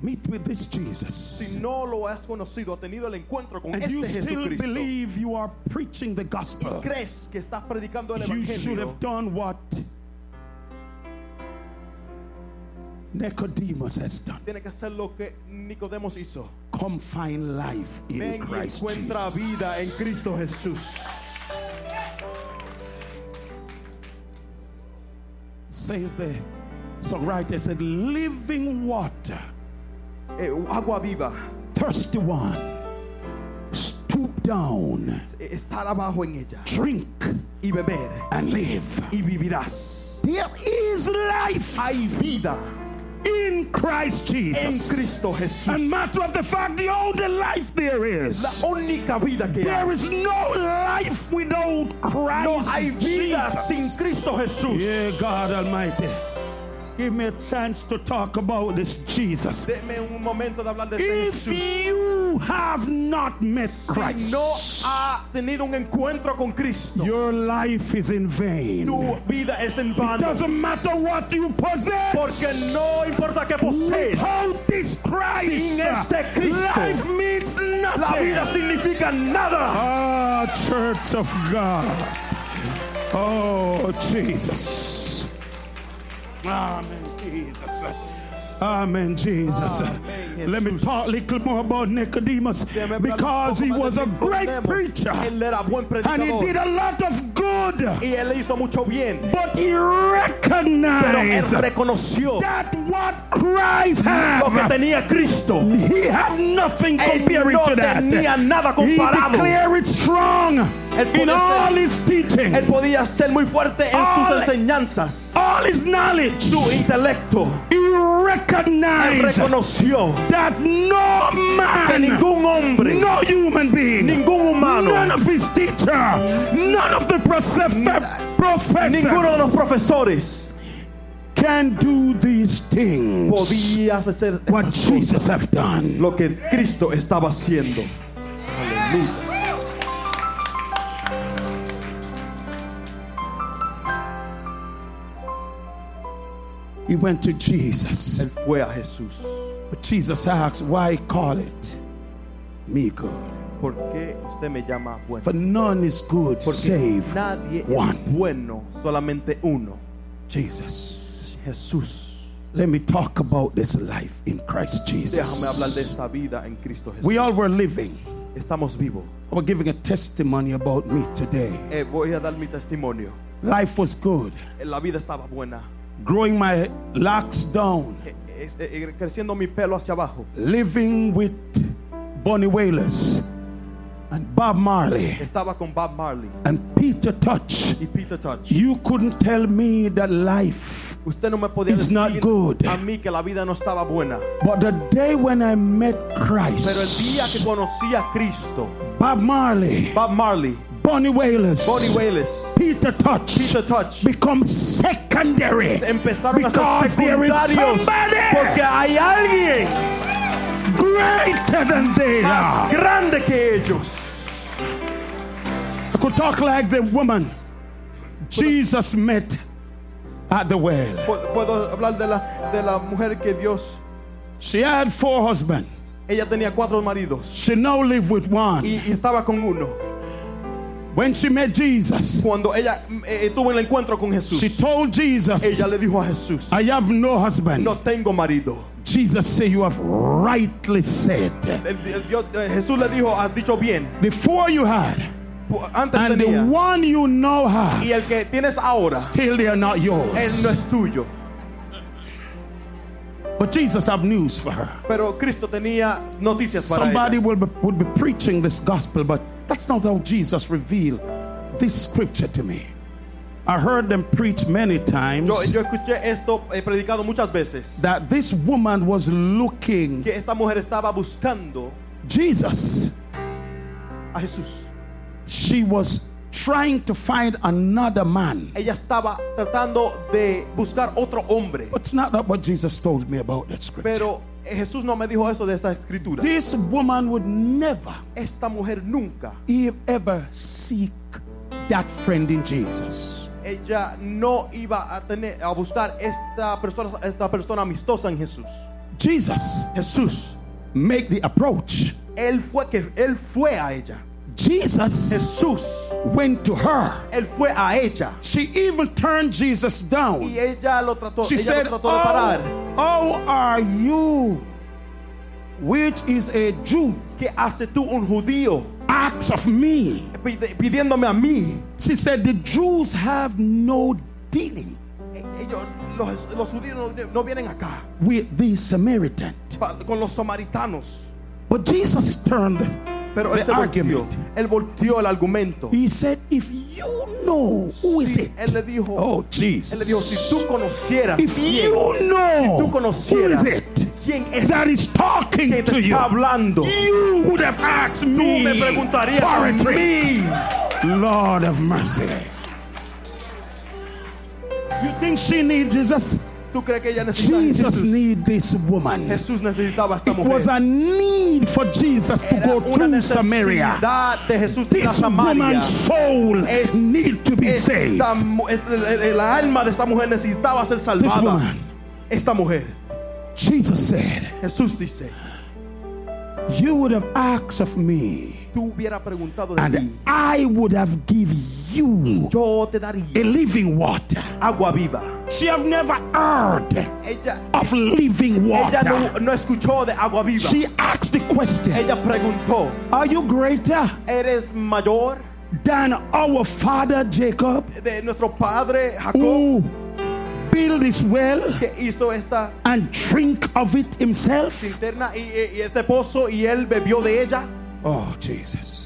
[SPEAKER 3] meet with this Jesus,
[SPEAKER 2] si no lo has conocido, has tenido el encuentro con
[SPEAKER 3] and you
[SPEAKER 2] este
[SPEAKER 3] still
[SPEAKER 2] Jesucristo,
[SPEAKER 3] believe you are preaching the gospel,
[SPEAKER 2] crees que estás predicando el
[SPEAKER 3] you should
[SPEAKER 2] evangelio,
[SPEAKER 3] have done what Nicodemus has done.
[SPEAKER 2] tiene que hacer lo que Nicodemos hizo.
[SPEAKER 3] Come find life in
[SPEAKER 2] Ven y
[SPEAKER 3] Christ
[SPEAKER 2] encuentra
[SPEAKER 3] Jesus.
[SPEAKER 2] vida en Cristo Jesús.
[SPEAKER 3] Says the songwriter said, "Living water,
[SPEAKER 2] Eh, agua viva,
[SPEAKER 3] thirsty one, stoop down,
[SPEAKER 2] eh, estar abajo en ella
[SPEAKER 3] drink,
[SPEAKER 2] y beber
[SPEAKER 3] and live."
[SPEAKER 2] y vivirás.
[SPEAKER 3] There is life.
[SPEAKER 2] Hay vida
[SPEAKER 3] in Christ
[SPEAKER 2] en
[SPEAKER 3] Jesus.
[SPEAKER 2] Cristo Jesús.
[SPEAKER 3] And matter of the fact, the only life there
[SPEAKER 2] La
[SPEAKER 3] is.
[SPEAKER 2] única vida que hay.
[SPEAKER 3] There is no life without
[SPEAKER 2] No
[SPEAKER 3] Christ
[SPEAKER 2] hay vida
[SPEAKER 3] Jesus.
[SPEAKER 2] sin Cristo Jesús.
[SPEAKER 3] Yeah, God Almighty. Give me a chance to talk about this Jesus.
[SPEAKER 2] Deme un momento de hablar de este
[SPEAKER 3] If
[SPEAKER 2] Jesús.
[SPEAKER 3] you have not met
[SPEAKER 2] Si
[SPEAKER 3] Christ,
[SPEAKER 2] no ha tenido un encuentro con Cristo,
[SPEAKER 3] your life is in vain.
[SPEAKER 2] tu vida es en vano.
[SPEAKER 3] Doesn't matter what you possess.
[SPEAKER 2] Porque no importa que posees,
[SPEAKER 3] Without this Christ,
[SPEAKER 2] Sin este Cristo.
[SPEAKER 3] life means nothing.
[SPEAKER 2] la vida significa nada.
[SPEAKER 3] Ah, Church of God. Oh, Jesus. Amen, Jesus. Amen, Jesus.
[SPEAKER 2] Amen, Jesús.
[SPEAKER 3] Let me talk a little more about Nicodemus
[SPEAKER 2] Déjame hablar un
[SPEAKER 3] because
[SPEAKER 2] poco
[SPEAKER 3] he
[SPEAKER 2] más de
[SPEAKER 3] was a great
[SPEAKER 2] Nicodemo.
[SPEAKER 3] preacher
[SPEAKER 2] Él era buen
[SPEAKER 3] and he did
[SPEAKER 2] predicador
[SPEAKER 3] a lot of good,
[SPEAKER 2] y él le hizo mucho bien.
[SPEAKER 3] but he
[SPEAKER 2] Pero él
[SPEAKER 3] recognized
[SPEAKER 2] reconoció
[SPEAKER 3] that what Christ
[SPEAKER 2] lo que
[SPEAKER 3] had,
[SPEAKER 2] tenía Cristo.
[SPEAKER 3] he had nothing
[SPEAKER 2] Él
[SPEAKER 3] comparing
[SPEAKER 2] no
[SPEAKER 3] to
[SPEAKER 2] tenía
[SPEAKER 3] that.
[SPEAKER 2] nada
[SPEAKER 3] He
[SPEAKER 2] comparado.
[SPEAKER 3] declared it strong in
[SPEAKER 2] podía
[SPEAKER 3] all
[SPEAKER 2] ser-
[SPEAKER 3] his
[SPEAKER 2] Él
[SPEAKER 3] teaching,
[SPEAKER 2] podía ser muy fuerte en sus
[SPEAKER 3] All-
[SPEAKER 2] enseñanzas,
[SPEAKER 3] all his knowledge.
[SPEAKER 2] su intelecto.
[SPEAKER 3] He
[SPEAKER 2] Él
[SPEAKER 3] recognized
[SPEAKER 2] reconoció
[SPEAKER 3] that no
[SPEAKER 2] que
[SPEAKER 3] man
[SPEAKER 2] ningún hombre,
[SPEAKER 3] No human being.
[SPEAKER 2] ningún
[SPEAKER 3] None
[SPEAKER 2] humano,
[SPEAKER 3] of his teacher. None of the profe- professors
[SPEAKER 2] ninguno de los profesores
[SPEAKER 3] can do these things.
[SPEAKER 2] podía hacer estas
[SPEAKER 3] What
[SPEAKER 2] cosas.
[SPEAKER 3] Jesus have done.
[SPEAKER 2] lo que Cristo estaba haciendo. Aleluya.
[SPEAKER 3] He went to Jesus.
[SPEAKER 2] Él fue a Jesús.
[SPEAKER 3] But Jesus asked, "Why call it me good?
[SPEAKER 2] ¿Por qué usted me llama bueno?
[SPEAKER 3] For none is good
[SPEAKER 2] Porque
[SPEAKER 3] save
[SPEAKER 2] nadie
[SPEAKER 3] one."
[SPEAKER 2] es bueno, solamente uno,
[SPEAKER 3] Jesus.
[SPEAKER 2] Jesús.
[SPEAKER 3] Let me talk about this life in Christ Jesus.
[SPEAKER 2] Déjame hablar de esta vida en Cristo Jesús.
[SPEAKER 3] We all were living.
[SPEAKER 2] Estamos vivos.
[SPEAKER 3] I'm giving a testimony about me today.
[SPEAKER 2] Eh, voy a dar mi testimonio.
[SPEAKER 3] Life was good.
[SPEAKER 2] Eh, La vida estaba buena.
[SPEAKER 3] growing my locks down,
[SPEAKER 2] Eh, eh, eh, creciendo mi pelo hacia abajo.
[SPEAKER 3] living with Bonnie Wailers and Bob Marley
[SPEAKER 2] Estaba con Bob Marley
[SPEAKER 3] and Peter Touch.
[SPEAKER 2] y Peter Touch.
[SPEAKER 3] You couldn't tell me that life,
[SPEAKER 2] Usted no me podía
[SPEAKER 3] It's not
[SPEAKER 2] decir
[SPEAKER 3] good.
[SPEAKER 2] a mí que la vida no estaba buena.
[SPEAKER 3] but the day when I met
[SPEAKER 2] Pero el día que
[SPEAKER 3] Christ,
[SPEAKER 2] conocí a Cristo,
[SPEAKER 3] Bob Marley,
[SPEAKER 2] Bob Marley,
[SPEAKER 3] Bonnie Wailers,
[SPEAKER 2] Bonnie Wallace,
[SPEAKER 3] Peter Touch
[SPEAKER 2] Peter Touch,
[SPEAKER 3] become secondary
[SPEAKER 2] empezaron a ser
[SPEAKER 3] Because there is
[SPEAKER 2] secundarios
[SPEAKER 3] somebody.
[SPEAKER 2] porque hay alguien
[SPEAKER 3] greater than they
[SPEAKER 2] más
[SPEAKER 3] are.
[SPEAKER 2] grande que ellos.
[SPEAKER 3] I could talk like the woman Jesus met at the well.
[SPEAKER 2] Pu- Puedo hablar de la, de la mujer que Dios,
[SPEAKER 3] She had four husbands.
[SPEAKER 2] ella tenía cuatro maridos
[SPEAKER 3] She now lived with one.
[SPEAKER 2] y, y estaba con uno.
[SPEAKER 3] When she met Jesus,
[SPEAKER 2] Cuando ella eh, eh, tuvo el encuentro con Jesús,
[SPEAKER 3] she told Jesus,
[SPEAKER 2] ella le dijo a Jesús,
[SPEAKER 3] I have no husband.
[SPEAKER 2] no tengo marido.
[SPEAKER 3] Jesus said, You have rightly said.
[SPEAKER 2] El- el Dios- eh, Jesús le dijo, has dicho bien,
[SPEAKER 3] The four you had
[SPEAKER 2] Pu- antes
[SPEAKER 3] and the
[SPEAKER 2] tenía
[SPEAKER 3] one you now
[SPEAKER 2] y
[SPEAKER 3] have,
[SPEAKER 2] el que tienes ahora,
[SPEAKER 3] till they are not
[SPEAKER 2] él
[SPEAKER 3] yours.
[SPEAKER 2] no es tuyo.
[SPEAKER 3] But Jesus have news for her.
[SPEAKER 2] Pero Cristo tenía noticias para ella.
[SPEAKER 3] Somebody will be, would be preaching this gospel, but that's not how Jesus revealed this scripture to me. I heard them preach many times
[SPEAKER 2] Yo, yo escuché esto he predicado muchas veces.
[SPEAKER 3] that this woman was looking
[SPEAKER 2] Que esta mujer estaba buscando
[SPEAKER 3] Jesus.
[SPEAKER 2] a Jesús.
[SPEAKER 3] she was trying to find another man.
[SPEAKER 2] Ella estaba tratando de buscar otro hombre.
[SPEAKER 3] But it's not that what Jesus told me about that scripture.
[SPEAKER 2] Pero Jesús no me dijo eso de esa escritura.
[SPEAKER 3] this woman would never
[SPEAKER 2] Esta mujer nunca,
[SPEAKER 3] e- ever seek that friend in Jesus.
[SPEAKER 2] ella no iba a tener a buscar esta persona, esta persona amistosa en Jesús.
[SPEAKER 3] Jesus
[SPEAKER 2] Jesús,
[SPEAKER 3] make the approach.
[SPEAKER 2] él fue que él fue a ella.
[SPEAKER 3] Jesus
[SPEAKER 2] Jesús,
[SPEAKER 3] went to her.
[SPEAKER 2] él fue a ella
[SPEAKER 3] She even turned Jesus down.
[SPEAKER 2] y ella lo trató,
[SPEAKER 3] She
[SPEAKER 2] ella
[SPEAKER 3] said,
[SPEAKER 2] lo
[SPEAKER 3] oh,
[SPEAKER 2] trató de parar.
[SPEAKER 3] oh, are you, which is a Jew,
[SPEAKER 2] ¿Qué hace tú un judío
[SPEAKER 3] acts of me?
[SPEAKER 2] pide- pidiéndome a mí?
[SPEAKER 3] She said, The Jews have no dealing
[SPEAKER 2] E, Ellos, los, los judíos no, no vienen acá
[SPEAKER 3] with these Samaritans.
[SPEAKER 2] pa- con los samaritanos.
[SPEAKER 3] But Jesus turned
[SPEAKER 2] Pero él
[SPEAKER 3] the
[SPEAKER 2] se volteó,
[SPEAKER 3] argument.
[SPEAKER 2] él volteó el argumento.
[SPEAKER 3] He said, If you know who is it?
[SPEAKER 2] Él le dijo,
[SPEAKER 3] Oh,
[SPEAKER 2] él le dijo,
[SPEAKER 3] Jesus.
[SPEAKER 2] si tú conocieras
[SPEAKER 3] If
[SPEAKER 2] quién,
[SPEAKER 3] you know
[SPEAKER 2] tú
[SPEAKER 3] who
[SPEAKER 2] conocieras
[SPEAKER 3] is it
[SPEAKER 2] quién es
[SPEAKER 3] that is
[SPEAKER 2] que
[SPEAKER 3] talking
[SPEAKER 2] te
[SPEAKER 3] to you,
[SPEAKER 2] está hablando,
[SPEAKER 3] you would have asked
[SPEAKER 2] tú
[SPEAKER 3] me
[SPEAKER 2] me preguntarías
[SPEAKER 3] for
[SPEAKER 2] a
[SPEAKER 3] a drink.
[SPEAKER 2] mí.
[SPEAKER 3] Lord of mercy. You think she needs Jesus?
[SPEAKER 2] ¿Tú crees que ella necesita a
[SPEAKER 3] Jesus
[SPEAKER 2] Jesús?
[SPEAKER 3] need this woman.
[SPEAKER 2] Jesús necesitaba a esta
[SPEAKER 3] It was
[SPEAKER 2] mujer.
[SPEAKER 3] a need for Jesus to
[SPEAKER 2] Era
[SPEAKER 3] go
[SPEAKER 2] una
[SPEAKER 3] through Samaria.
[SPEAKER 2] necesidad de Jesús de
[SPEAKER 3] This
[SPEAKER 2] Samaria.
[SPEAKER 3] woman's soul
[SPEAKER 2] Es-
[SPEAKER 3] need to be saved.
[SPEAKER 2] Esta mu- es- el- el- el alma de esta mujer necesitaba ser
[SPEAKER 3] This
[SPEAKER 2] salvada.
[SPEAKER 3] woman,
[SPEAKER 2] Esta mujer,
[SPEAKER 3] Jesus said,
[SPEAKER 2] Jesús dice,
[SPEAKER 3] You would have asked of me,
[SPEAKER 2] tú hubiera preguntado de
[SPEAKER 3] and
[SPEAKER 2] mí
[SPEAKER 3] I would have given you
[SPEAKER 2] Yo te
[SPEAKER 3] a
[SPEAKER 2] daría
[SPEAKER 3] living water.
[SPEAKER 2] agua viva.
[SPEAKER 3] She have never heard
[SPEAKER 2] Ella,
[SPEAKER 3] of living
[SPEAKER 2] ella
[SPEAKER 3] water.
[SPEAKER 2] no, no escuchó de agua viva.
[SPEAKER 3] She asked the question,
[SPEAKER 2] Ella preguntó,
[SPEAKER 3] Are you greater
[SPEAKER 2] ¿eres mayor
[SPEAKER 3] than our father Jacob,
[SPEAKER 2] de nuestro padre Jacob
[SPEAKER 3] who built this well
[SPEAKER 2] que hizo esta
[SPEAKER 3] and drink of it himself?
[SPEAKER 2] cisterna y, y- y este pozo y él bebió de ella?
[SPEAKER 3] Oh, Jesus.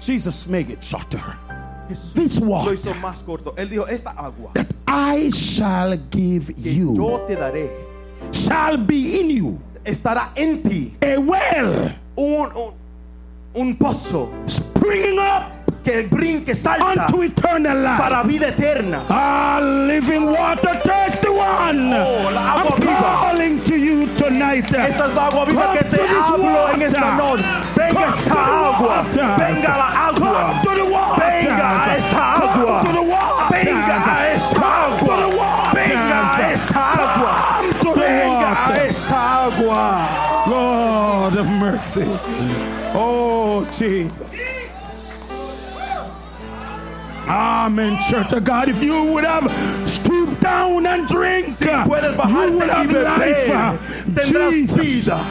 [SPEAKER 3] Jesus make it shorter. This
[SPEAKER 2] Lo
[SPEAKER 3] water
[SPEAKER 2] hizo más corto. Él dijo, esta agua
[SPEAKER 3] that I shall give
[SPEAKER 2] que
[SPEAKER 3] you
[SPEAKER 2] yo te daré
[SPEAKER 3] shall be in you.
[SPEAKER 2] estará en ti.
[SPEAKER 3] A well
[SPEAKER 2] Un, un, un pozo
[SPEAKER 3] springing up
[SPEAKER 2] que brinque, salta
[SPEAKER 3] unto eternal life.
[SPEAKER 2] para vida eterna.
[SPEAKER 3] Ah, living water, thirsty one.
[SPEAKER 2] Oh, la
[SPEAKER 3] I'm
[SPEAKER 2] agua viva.
[SPEAKER 3] calling to you tonight.
[SPEAKER 2] Esta es la agua viva
[SPEAKER 3] Come
[SPEAKER 2] que
[SPEAKER 3] to
[SPEAKER 2] te
[SPEAKER 3] this
[SPEAKER 2] hablo en
[SPEAKER 3] water.
[SPEAKER 2] esta noche.
[SPEAKER 3] Come
[SPEAKER 2] Venga
[SPEAKER 3] to the
[SPEAKER 2] esta agua.
[SPEAKER 3] waters.
[SPEAKER 2] Venga la agua.
[SPEAKER 3] Come to the waters.
[SPEAKER 2] Venga a esta agua.
[SPEAKER 3] Come to the waters.
[SPEAKER 2] Venga a esta
[SPEAKER 3] Come to the
[SPEAKER 2] agua.
[SPEAKER 3] waters.
[SPEAKER 2] Venga a esta agua.
[SPEAKER 3] Come to the
[SPEAKER 2] Venga a
[SPEAKER 3] waters.
[SPEAKER 2] esta agua.
[SPEAKER 3] Lord of mercy. Oh, Jesus. Amen, Church of God. If you would have stooped down and drink,
[SPEAKER 2] Puedes
[SPEAKER 3] you would
[SPEAKER 2] bajarte y
[SPEAKER 3] have life.
[SPEAKER 2] beber. Tendrás
[SPEAKER 3] Jesus,
[SPEAKER 2] vida.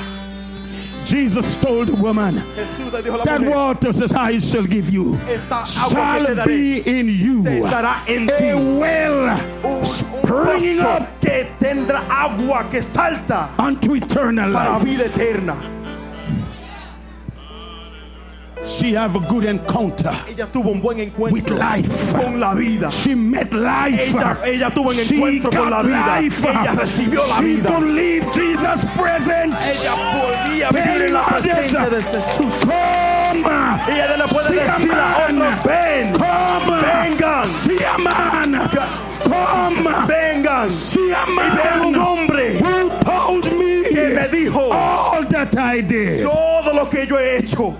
[SPEAKER 3] Jesus told the woman,
[SPEAKER 2] Jesús le dijo a la
[SPEAKER 3] That
[SPEAKER 2] mujer,
[SPEAKER 3] water says I shall give you
[SPEAKER 2] esta agua que te
[SPEAKER 3] shall
[SPEAKER 2] daré
[SPEAKER 3] be in you.
[SPEAKER 2] estará en
[SPEAKER 3] A
[SPEAKER 2] ti. Un,
[SPEAKER 3] well
[SPEAKER 2] un
[SPEAKER 3] springing
[SPEAKER 2] pozo
[SPEAKER 3] up
[SPEAKER 2] que tendrá agua que salta
[SPEAKER 3] unto eternal
[SPEAKER 2] para
[SPEAKER 3] life.
[SPEAKER 2] vida eterna.
[SPEAKER 3] She have a good encounter.
[SPEAKER 2] Ella tuvo un buen
[SPEAKER 3] with
[SPEAKER 2] encuentro
[SPEAKER 3] life.
[SPEAKER 2] con la vida.
[SPEAKER 3] She met life.
[SPEAKER 2] Ella- ella tuvo eh, un
[SPEAKER 3] She
[SPEAKER 2] encuentro con
[SPEAKER 3] got
[SPEAKER 2] la vida.
[SPEAKER 3] life.
[SPEAKER 2] Ella recibió la
[SPEAKER 3] She
[SPEAKER 2] vida.
[SPEAKER 3] believed Jesus present.
[SPEAKER 2] Ella podía vivir en la presencia de este Jesús.
[SPEAKER 3] Come.
[SPEAKER 2] Ella le puede
[SPEAKER 3] See a
[SPEAKER 2] decir a
[SPEAKER 3] man.
[SPEAKER 2] otros, ven,
[SPEAKER 3] Come.
[SPEAKER 2] Vengan.
[SPEAKER 3] See a man. Come.
[SPEAKER 2] vengan.
[SPEAKER 3] See a
[SPEAKER 2] Y ven un
[SPEAKER 3] man
[SPEAKER 2] hombre
[SPEAKER 3] who told me
[SPEAKER 2] que me dijo
[SPEAKER 3] all that I did.
[SPEAKER 2] todo lo que yo he hecho.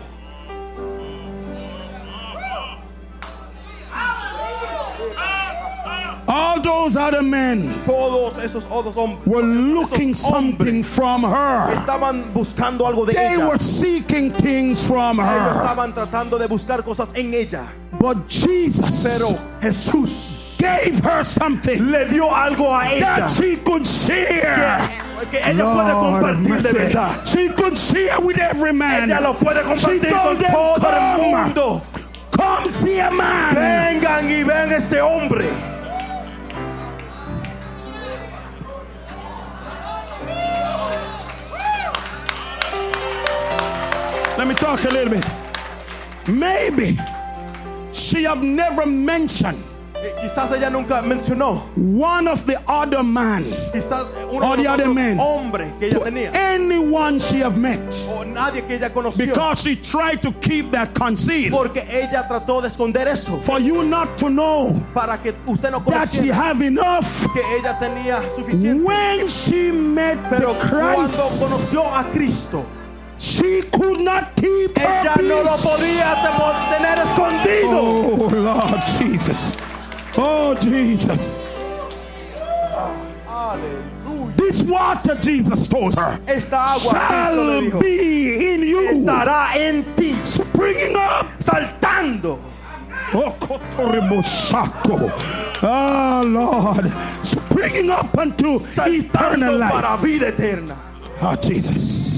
[SPEAKER 3] All those other men
[SPEAKER 2] Todos esos otros hom-
[SPEAKER 3] were
[SPEAKER 2] esos
[SPEAKER 3] looking something
[SPEAKER 2] hombres
[SPEAKER 3] from her.
[SPEAKER 2] estaban buscando algo de
[SPEAKER 3] They
[SPEAKER 2] ella.
[SPEAKER 3] were seeking things from
[SPEAKER 2] Ellos
[SPEAKER 3] her.
[SPEAKER 2] estaban tratando de buscar cosas en ella.
[SPEAKER 3] But Jesus
[SPEAKER 2] Pero Jesús
[SPEAKER 3] gave her something
[SPEAKER 2] le dio algo a ella
[SPEAKER 3] that she could share.
[SPEAKER 2] que ella puede
[SPEAKER 3] Lord of
[SPEAKER 2] compartir de
[SPEAKER 3] mercy.
[SPEAKER 2] verdad.
[SPEAKER 3] She could share with every man.
[SPEAKER 2] Ella lo puede
[SPEAKER 3] She
[SPEAKER 2] compartir
[SPEAKER 3] told
[SPEAKER 2] con
[SPEAKER 3] them,
[SPEAKER 2] todo el
[SPEAKER 3] "Come,
[SPEAKER 2] mundo.
[SPEAKER 3] Come see a man.
[SPEAKER 2] Vengan y vean este hombre.
[SPEAKER 3] Let me talk a little bit. Maybe she have never mentioned
[SPEAKER 2] Eh, Quizás ella nunca mencionó.
[SPEAKER 3] one of the other man.
[SPEAKER 2] Quizás uno
[SPEAKER 3] All
[SPEAKER 2] de
[SPEAKER 3] the
[SPEAKER 2] los
[SPEAKER 3] other
[SPEAKER 2] otros
[SPEAKER 3] men. e-
[SPEAKER 2] hombres que ella tenía.
[SPEAKER 3] Anyone she have met.
[SPEAKER 2] O nadie que ella conoció.
[SPEAKER 3] Because she tried to keep that concealed.
[SPEAKER 2] Porque ella trató de esconder eso.
[SPEAKER 3] For you not to know
[SPEAKER 2] Para que usted no
[SPEAKER 3] that she
[SPEAKER 2] conociera
[SPEAKER 3] have enough.
[SPEAKER 2] que ella tenía suficiente.
[SPEAKER 3] When she met
[SPEAKER 2] Pero
[SPEAKER 3] the
[SPEAKER 2] cuando
[SPEAKER 3] Christ.
[SPEAKER 2] conoció a Cristo,
[SPEAKER 3] She could not keep her
[SPEAKER 2] ella no lo
[SPEAKER 3] peace.
[SPEAKER 2] podía temo- tener escondido.
[SPEAKER 3] Oh Lord Jesus. Oh Jesus.
[SPEAKER 2] Aleluya.
[SPEAKER 3] This water Jesus told her
[SPEAKER 2] Esta agua Cristo le
[SPEAKER 3] shall
[SPEAKER 2] dijo,
[SPEAKER 3] be in you
[SPEAKER 2] estará en ti,
[SPEAKER 3] springing up.
[SPEAKER 2] saltando.
[SPEAKER 3] Oh Kotorimoshako. Ah Lord. Springing up unto eternal
[SPEAKER 2] saltando
[SPEAKER 3] life.
[SPEAKER 2] para vida eterna.
[SPEAKER 3] Oh Jesus.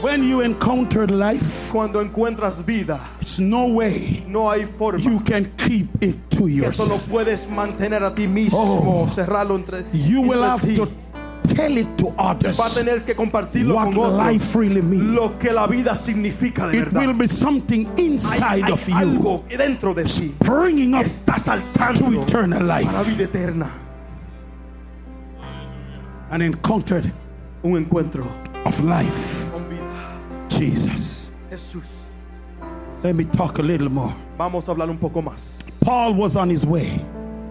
[SPEAKER 3] When you encountered life,
[SPEAKER 2] Cuando encuentras vida,
[SPEAKER 3] it's no way
[SPEAKER 2] no hay forma
[SPEAKER 3] you can keep it
[SPEAKER 2] que
[SPEAKER 3] to yourself.
[SPEAKER 2] solo puedes mantener a ti mismo,
[SPEAKER 3] Oh.
[SPEAKER 2] cerrarlo entre,
[SPEAKER 3] You will
[SPEAKER 2] entre
[SPEAKER 3] have
[SPEAKER 2] ti.
[SPEAKER 3] to tell it to others
[SPEAKER 2] Va a tener que compartirlo
[SPEAKER 3] what
[SPEAKER 2] con otros.
[SPEAKER 3] life really means.
[SPEAKER 2] Lo que la vida significa de
[SPEAKER 3] It
[SPEAKER 2] verdad.
[SPEAKER 3] will be something
[SPEAKER 2] hay,
[SPEAKER 3] inside
[SPEAKER 2] hay
[SPEAKER 3] of you,
[SPEAKER 2] algo dentro de ti
[SPEAKER 3] bringing
[SPEAKER 2] que
[SPEAKER 3] up
[SPEAKER 2] está
[SPEAKER 3] to
[SPEAKER 2] saltando
[SPEAKER 3] eternal
[SPEAKER 2] para
[SPEAKER 3] life.
[SPEAKER 2] vida eterna.
[SPEAKER 3] An encounter
[SPEAKER 2] Un encuentro
[SPEAKER 3] of life,
[SPEAKER 2] con vida.
[SPEAKER 3] Jesus.
[SPEAKER 2] Jesús.
[SPEAKER 3] Let me talk a little more.
[SPEAKER 2] Vamos a hablar un poco más.
[SPEAKER 3] Paul was on his way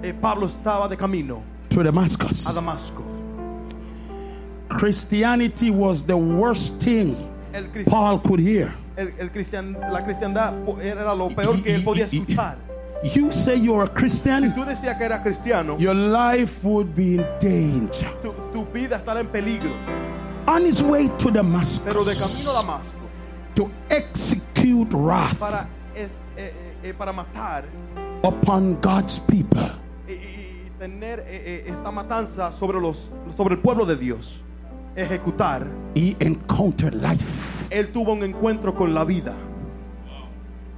[SPEAKER 2] Eh, Pablo estaba de camino
[SPEAKER 3] to
[SPEAKER 2] a
[SPEAKER 3] Damascus
[SPEAKER 2] Damasco
[SPEAKER 3] Christianity was the worst thing
[SPEAKER 2] El cris-
[SPEAKER 3] Paul could hear.
[SPEAKER 2] el- el cristian- la cristiandad po- era lo peor que él podía escuchar.
[SPEAKER 3] You say you're a
[SPEAKER 2] Si
[SPEAKER 3] Christian,
[SPEAKER 2] tú decías que eras cristiano,
[SPEAKER 3] your life would be in danger.
[SPEAKER 2] tu, tu vida estará en peligro.
[SPEAKER 3] On his way
[SPEAKER 2] Pero
[SPEAKER 3] to
[SPEAKER 2] de
[SPEAKER 3] Damascus
[SPEAKER 2] camino a Damasco,
[SPEAKER 3] to execute wrath
[SPEAKER 2] para, es- eh, eh, eh, para matar
[SPEAKER 3] upon God's people,
[SPEAKER 2] y, y- y tener eh, eh, esta matanza sobre, los, sobre el pueblo de Dios, ejecutar,
[SPEAKER 3] he encountered life.
[SPEAKER 2] él tuvo un encuentro con la vida.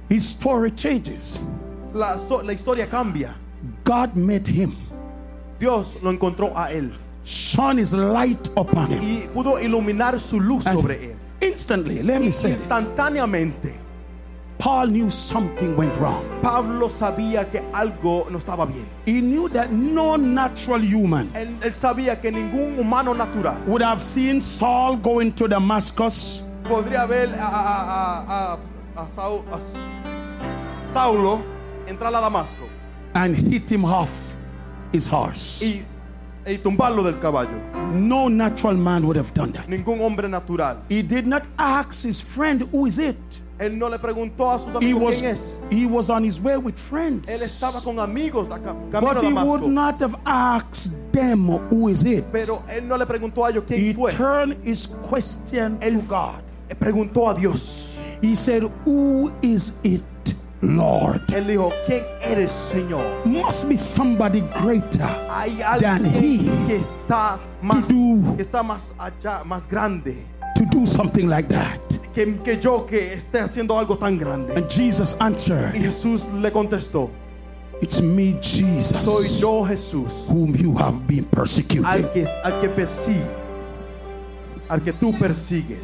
[SPEAKER 3] His story changes.
[SPEAKER 2] La, so- la historia cambia.
[SPEAKER 3] God met him,
[SPEAKER 2] Dios lo encontró a él
[SPEAKER 3] shone his light upon him.
[SPEAKER 2] y pudo iluminar su luz
[SPEAKER 3] And
[SPEAKER 2] sobre él.
[SPEAKER 3] Instantly, let me say, this.
[SPEAKER 2] Instantáneamente,
[SPEAKER 3] Paul knew something went wrong.
[SPEAKER 2] Pablo sabía que algo no estaba bien.
[SPEAKER 3] He knew that no natural human
[SPEAKER 2] Él, él sabía que ningún humano natural
[SPEAKER 3] would have seen Saul going to Damascus
[SPEAKER 2] podría ver a, a- a- a- a Sau- a S- Saulo entrar a Damasco
[SPEAKER 3] and hit him off his horse.
[SPEAKER 2] y, y tumbarlo del caballo.
[SPEAKER 3] No natural man would have done that.
[SPEAKER 2] Ningún hombre natural.
[SPEAKER 3] He did not ask his friend, Who is it?
[SPEAKER 2] Él no le preguntó a sus
[SPEAKER 3] He
[SPEAKER 2] amigos
[SPEAKER 3] was,
[SPEAKER 2] quién es.
[SPEAKER 3] he was on his way with
[SPEAKER 2] Él
[SPEAKER 3] friends.
[SPEAKER 2] estaba con amigos a ca- camino a
[SPEAKER 3] But he would
[SPEAKER 2] Damasco.
[SPEAKER 3] not have asked them, Who is it?
[SPEAKER 2] Pero él no le preguntó a ellos
[SPEAKER 3] He
[SPEAKER 2] quién fue.
[SPEAKER 3] turned his question to God.
[SPEAKER 2] Él preguntó a Dios.
[SPEAKER 3] He said, Who is it, Lord?
[SPEAKER 2] Él dijo, ¿quién eres, Señor?
[SPEAKER 3] Must be somebody greater.
[SPEAKER 2] Hay
[SPEAKER 3] Than
[SPEAKER 2] alguien
[SPEAKER 3] he
[SPEAKER 2] que está más,
[SPEAKER 3] do.
[SPEAKER 2] que está más allá, más grande
[SPEAKER 3] to do something like that?
[SPEAKER 2] que, que yo que esté haciendo algo tan grande.
[SPEAKER 3] And Jesus
[SPEAKER 2] Y
[SPEAKER 3] answered,
[SPEAKER 2] Jesús le contestó,
[SPEAKER 3] It's me,
[SPEAKER 2] soy
[SPEAKER 3] Jesus,
[SPEAKER 2] yo Jesús,
[SPEAKER 3] whom you have been
[SPEAKER 2] al
[SPEAKER 3] persecuted.
[SPEAKER 2] que, al que persigue, al que tú persigues.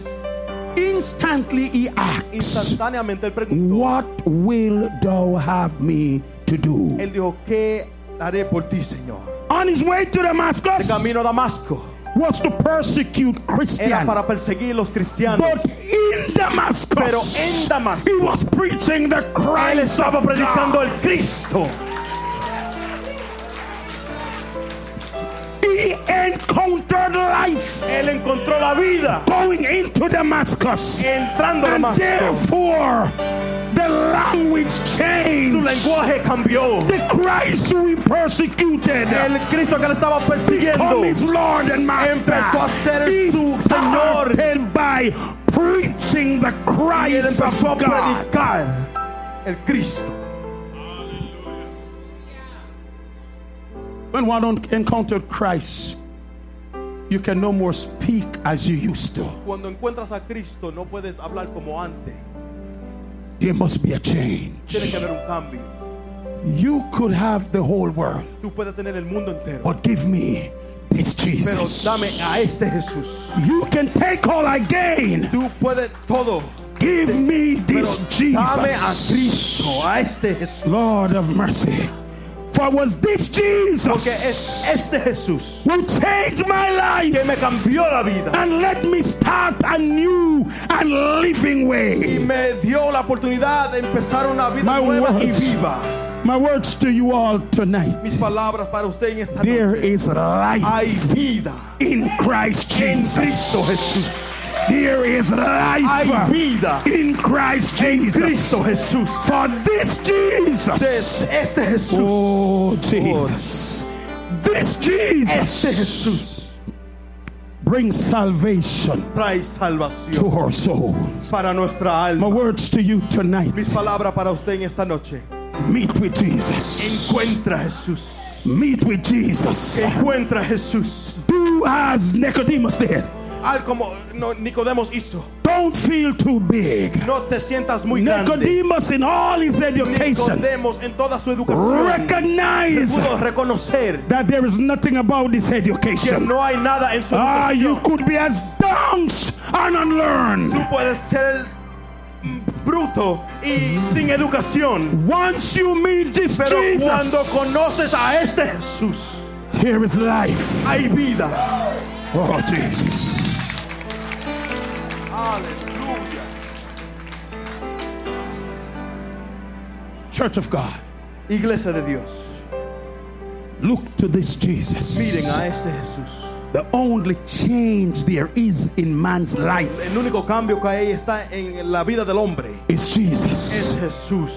[SPEAKER 3] Instantly he asked,
[SPEAKER 2] Instantáneamente él preguntó,
[SPEAKER 3] What will thou have me to do?
[SPEAKER 2] él dijo, ¿qué haré por ti, Señor?
[SPEAKER 3] On his way to
[SPEAKER 2] El
[SPEAKER 3] Damascus
[SPEAKER 2] camino a Damasco
[SPEAKER 3] was to persecute
[SPEAKER 2] era
[SPEAKER 3] Christians.
[SPEAKER 2] para perseguir los cristianos.
[SPEAKER 3] But in Damascus,
[SPEAKER 2] Pero en Damasco,
[SPEAKER 3] he was preaching the
[SPEAKER 2] él
[SPEAKER 3] Christ
[SPEAKER 2] estaba
[SPEAKER 3] of
[SPEAKER 2] predicando
[SPEAKER 3] God.
[SPEAKER 2] el Cristo.
[SPEAKER 3] He encountered life
[SPEAKER 2] Él encontró la vida
[SPEAKER 3] going into Damascus.
[SPEAKER 2] entrando a
[SPEAKER 3] And
[SPEAKER 2] Damasco.
[SPEAKER 3] therefore, the language
[SPEAKER 2] Su
[SPEAKER 3] changed.
[SPEAKER 2] lenguaje cambió.
[SPEAKER 3] The Christ who we persecuted
[SPEAKER 2] El Cristo que le estaba persiguiendo
[SPEAKER 3] become his Lord and Master.
[SPEAKER 2] empezó a ser
[SPEAKER 3] He
[SPEAKER 2] su Señor.
[SPEAKER 3] started by preaching the
[SPEAKER 2] y él
[SPEAKER 3] Christ of
[SPEAKER 2] empezó a
[SPEAKER 3] God.
[SPEAKER 2] predicar el Cristo.
[SPEAKER 3] When one don't encounter Christ, you can no more speak as you used to.
[SPEAKER 2] Cuando encuentras a Cristo no puedes hablar como antes.
[SPEAKER 3] There must be a change.
[SPEAKER 2] Tiene que haber un cambio.
[SPEAKER 3] You could have the whole world,
[SPEAKER 2] Tú puedes tener el mundo entero,
[SPEAKER 3] but give me this
[SPEAKER 2] pero
[SPEAKER 3] Oh, Jesus.
[SPEAKER 2] dame a este Jesús.
[SPEAKER 3] You can take all I gain.
[SPEAKER 2] Tú puedes todo,
[SPEAKER 3] Give me
[SPEAKER 2] pero
[SPEAKER 3] this
[SPEAKER 2] dame a
[SPEAKER 3] Jesus,
[SPEAKER 2] Cristo, a este Jesús.
[SPEAKER 3] Lord of mercy. For it was this
[SPEAKER 2] Porque es
[SPEAKER 3] Jesus
[SPEAKER 2] este Jesús
[SPEAKER 3] who changed my
[SPEAKER 2] que
[SPEAKER 3] life
[SPEAKER 2] me cambió la vida
[SPEAKER 3] and let me start a new and living
[SPEAKER 2] y
[SPEAKER 3] way.
[SPEAKER 2] me dio la oportunidad de empezar una vida
[SPEAKER 3] My
[SPEAKER 2] nueva y
[SPEAKER 3] words.
[SPEAKER 2] viva.
[SPEAKER 3] My words to you all tonight
[SPEAKER 2] Mis palabras para usted en esta
[SPEAKER 3] there
[SPEAKER 2] noche.
[SPEAKER 3] is life
[SPEAKER 2] Hay vida
[SPEAKER 3] in Christ
[SPEAKER 2] en Cristo
[SPEAKER 3] Jesus.
[SPEAKER 2] Jesús.
[SPEAKER 3] There is
[SPEAKER 2] Hay
[SPEAKER 3] life
[SPEAKER 2] vida
[SPEAKER 3] in Christ
[SPEAKER 2] en Cristo
[SPEAKER 3] Jesus.
[SPEAKER 2] Jesús.
[SPEAKER 3] For this Jesus.
[SPEAKER 2] Es este Jesús.
[SPEAKER 3] Oh, Jesus. This
[SPEAKER 2] Este
[SPEAKER 3] Jesus
[SPEAKER 2] Jesús
[SPEAKER 3] brings salvation
[SPEAKER 2] trae
[SPEAKER 3] to
[SPEAKER 2] salvación
[SPEAKER 3] our souls.
[SPEAKER 2] para nuestra
[SPEAKER 3] Oh, My
[SPEAKER 2] alma.
[SPEAKER 3] words to you tonight
[SPEAKER 2] Mis palabras para usted en esta noche.
[SPEAKER 3] meet with Jesus.
[SPEAKER 2] Encuentra a Jesús.
[SPEAKER 3] Meet with Jesus.
[SPEAKER 2] Encuentra a Jesús.
[SPEAKER 3] Do as Nicodemus did.
[SPEAKER 2] Al como no- Nicodemos hizo.
[SPEAKER 3] Don't feel too big.
[SPEAKER 2] No te sientas muy grande.
[SPEAKER 3] Nicodemus, in all his education,
[SPEAKER 2] Nicodemos en toda su educación
[SPEAKER 3] recognized
[SPEAKER 2] pudo reconocer
[SPEAKER 3] that there is nothing about this
[SPEAKER 2] que
[SPEAKER 3] education.
[SPEAKER 2] no hay nada en su
[SPEAKER 3] Ah, you
[SPEAKER 2] educación.
[SPEAKER 3] could be as dunce and unlearned.
[SPEAKER 2] Tú puedes ser mm, bruto y sin educación.
[SPEAKER 3] Once you meet this
[SPEAKER 2] Pero cuando
[SPEAKER 3] Jesus,
[SPEAKER 2] conoces a este Jesús,
[SPEAKER 3] here is life.
[SPEAKER 2] hay vida.
[SPEAKER 3] Oh, Jesus.
[SPEAKER 2] Aleluya.
[SPEAKER 3] Church of God,
[SPEAKER 2] Iglesia de Dios,
[SPEAKER 3] look to this Jesus,
[SPEAKER 2] miren a este Jesús,
[SPEAKER 3] The only change there is in man's life
[SPEAKER 2] El único cambio que hay está en la vida del hombre.
[SPEAKER 3] is
[SPEAKER 2] Es
[SPEAKER 3] Jesus.
[SPEAKER 2] Jesús.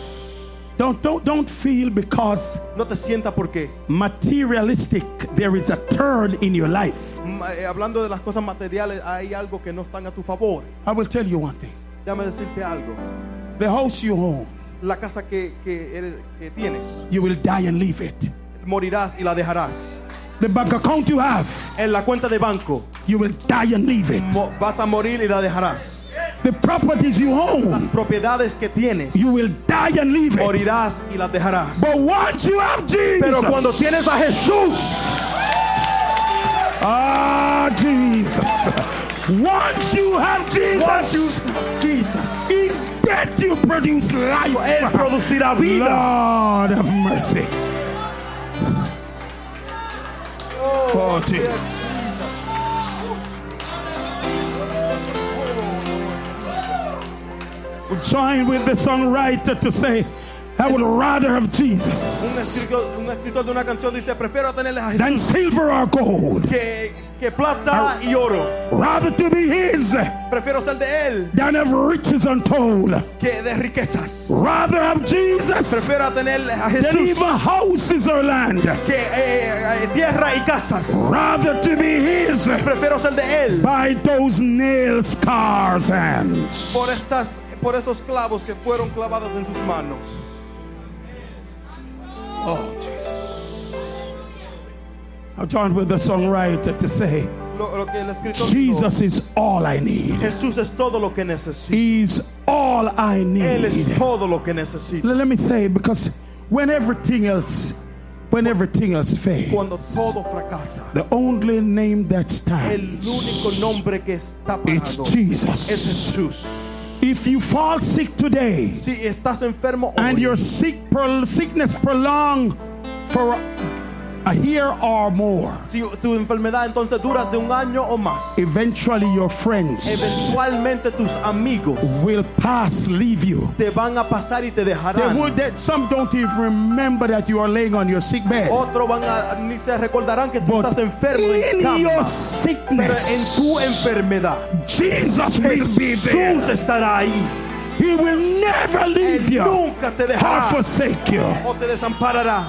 [SPEAKER 3] Don't, don't, don't feel because
[SPEAKER 2] No te sientas porque,
[SPEAKER 3] materialistic there is a turn in your life.
[SPEAKER 2] mm, eh, hablando de las cosas materiales, hay algo que no están a tu favor.
[SPEAKER 3] I will tell you one thing
[SPEAKER 2] Déjame decirte algo.
[SPEAKER 3] the house you own,
[SPEAKER 2] La casa que, que, eres- que tienes,
[SPEAKER 3] you will die and leave it.
[SPEAKER 2] morirás y la dejarás.
[SPEAKER 3] The bank account you have,
[SPEAKER 2] En la cuenta de banco,
[SPEAKER 3] you will die and leave it.
[SPEAKER 2] mo- vas a morir y la dejarás.
[SPEAKER 3] The properties you own,
[SPEAKER 2] Propiedades que tienes,
[SPEAKER 3] you will die and leave it.
[SPEAKER 2] morirás y las dejarás.
[SPEAKER 3] But once you have Jesus,
[SPEAKER 2] Pero cuando tienes a Jesús,
[SPEAKER 3] ah, Jesus, once you have
[SPEAKER 2] once you-
[SPEAKER 3] Jesus,
[SPEAKER 2] Jesus,
[SPEAKER 3] He bet you produce life.
[SPEAKER 2] Él producirá vida.
[SPEAKER 3] Lord have mercy. Oh, Jesus. Join with the songwriter to say, I would rather have
[SPEAKER 2] Un
[SPEAKER 3] Jesus
[SPEAKER 2] escritor, un escritor de una canción dice, prefiero tenerles a Jesús
[SPEAKER 3] than silver or gold,
[SPEAKER 2] que, que plata y oro.
[SPEAKER 3] rather to be His
[SPEAKER 2] Prefiero ser de Él
[SPEAKER 3] than have riches untold,
[SPEAKER 2] que de riquezas.
[SPEAKER 3] rather have Jesus
[SPEAKER 2] Prefiero tenerles a
[SPEAKER 3] than
[SPEAKER 2] Jesús
[SPEAKER 3] even houses or land.
[SPEAKER 2] que eh, eh, tierra y casas.
[SPEAKER 3] rather to be his
[SPEAKER 2] Prefiero ser de Él
[SPEAKER 3] by those nail scars hands.
[SPEAKER 2] por, esas, por esos clavos que fueron clavados en sus manos.
[SPEAKER 3] Oh, Jesus. I joined with the songwriter to say,
[SPEAKER 2] Lo, lo que el escritor dijo,
[SPEAKER 3] Jesus is all I need.
[SPEAKER 2] Jesús es todo lo que necesito.
[SPEAKER 3] He's all I
[SPEAKER 2] Él
[SPEAKER 3] need.
[SPEAKER 2] es todo lo que necesito.
[SPEAKER 3] L- Let me say, because when everything else, when everything else fails,
[SPEAKER 2] Cuando todo fracasa,
[SPEAKER 3] the only name that
[SPEAKER 2] el
[SPEAKER 3] stands
[SPEAKER 2] único nombre que está parado
[SPEAKER 3] it's
[SPEAKER 2] es
[SPEAKER 3] Jesus.
[SPEAKER 2] Jesús.
[SPEAKER 3] If you fall sick today,
[SPEAKER 2] Si estás enfermo
[SPEAKER 3] and
[SPEAKER 2] hoy,
[SPEAKER 3] your sick pro- sickness prolong for a year or more.
[SPEAKER 2] Si tu enfermedad entonces dura de un año o más,
[SPEAKER 3] Eventually, your friends
[SPEAKER 2] eventualmente tus amigos
[SPEAKER 3] will pass, leave you.
[SPEAKER 2] te van a pasar y te
[SPEAKER 3] They
[SPEAKER 2] dejarán.
[SPEAKER 3] would, that some don't even remember that you are laying on your sick bed.
[SPEAKER 2] Otros van a ni se recordarán que tú
[SPEAKER 3] But
[SPEAKER 2] estás enfermo en
[SPEAKER 3] in
[SPEAKER 2] cama.
[SPEAKER 3] your
[SPEAKER 2] Pero en
[SPEAKER 3] sickness,
[SPEAKER 2] tu enfermedad,
[SPEAKER 3] Jesus will be
[SPEAKER 2] Jesús
[SPEAKER 3] there.
[SPEAKER 2] estará ahí.
[SPEAKER 3] He will never leave
[SPEAKER 2] Él
[SPEAKER 3] you or
[SPEAKER 2] nunca te dejará
[SPEAKER 3] forsake you.
[SPEAKER 2] o te desamparará.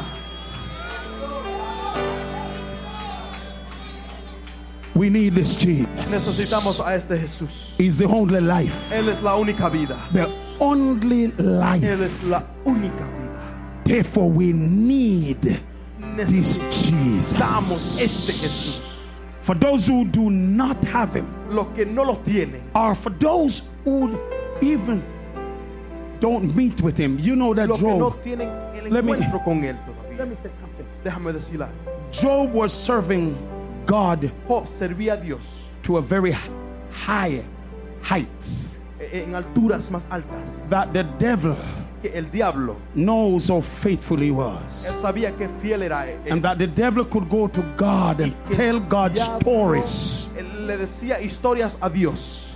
[SPEAKER 3] We need this Jesus.
[SPEAKER 2] Necesitamos a este Jesús.
[SPEAKER 3] He's the only life,
[SPEAKER 2] Él es la única vida.
[SPEAKER 3] the only
[SPEAKER 2] Él
[SPEAKER 3] life.
[SPEAKER 2] es la única vida.
[SPEAKER 3] Therefore, we need this
[SPEAKER 2] Necesitamos
[SPEAKER 3] Jesus.
[SPEAKER 2] este Jesús.
[SPEAKER 3] For those who do not have him,
[SPEAKER 2] Los que no lo tienen,
[SPEAKER 3] or for those who even don't meet with him, you know that
[SPEAKER 2] los que no
[SPEAKER 3] Job.
[SPEAKER 2] tienen el
[SPEAKER 3] Let me-
[SPEAKER 2] encuentro con Él todavía.
[SPEAKER 3] say something.
[SPEAKER 2] Déjame decir algo.
[SPEAKER 3] Job was serving God
[SPEAKER 2] Job servía a Dios
[SPEAKER 3] to a very high height
[SPEAKER 2] e- en alturas más altas
[SPEAKER 3] that the devil
[SPEAKER 2] que el diablo.
[SPEAKER 3] knows how faithful he was,
[SPEAKER 2] Él sabía que fiel era e- él.
[SPEAKER 3] and that the devil could go to God and
[SPEAKER 2] Que
[SPEAKER 3] tell
[SPEAKER 2] el
[SPEAKER 3] God
[SPEAKER 2] diablo,
[SPEAKER 3] stories.
[SPEAKER 2] él le decía historias a Dios.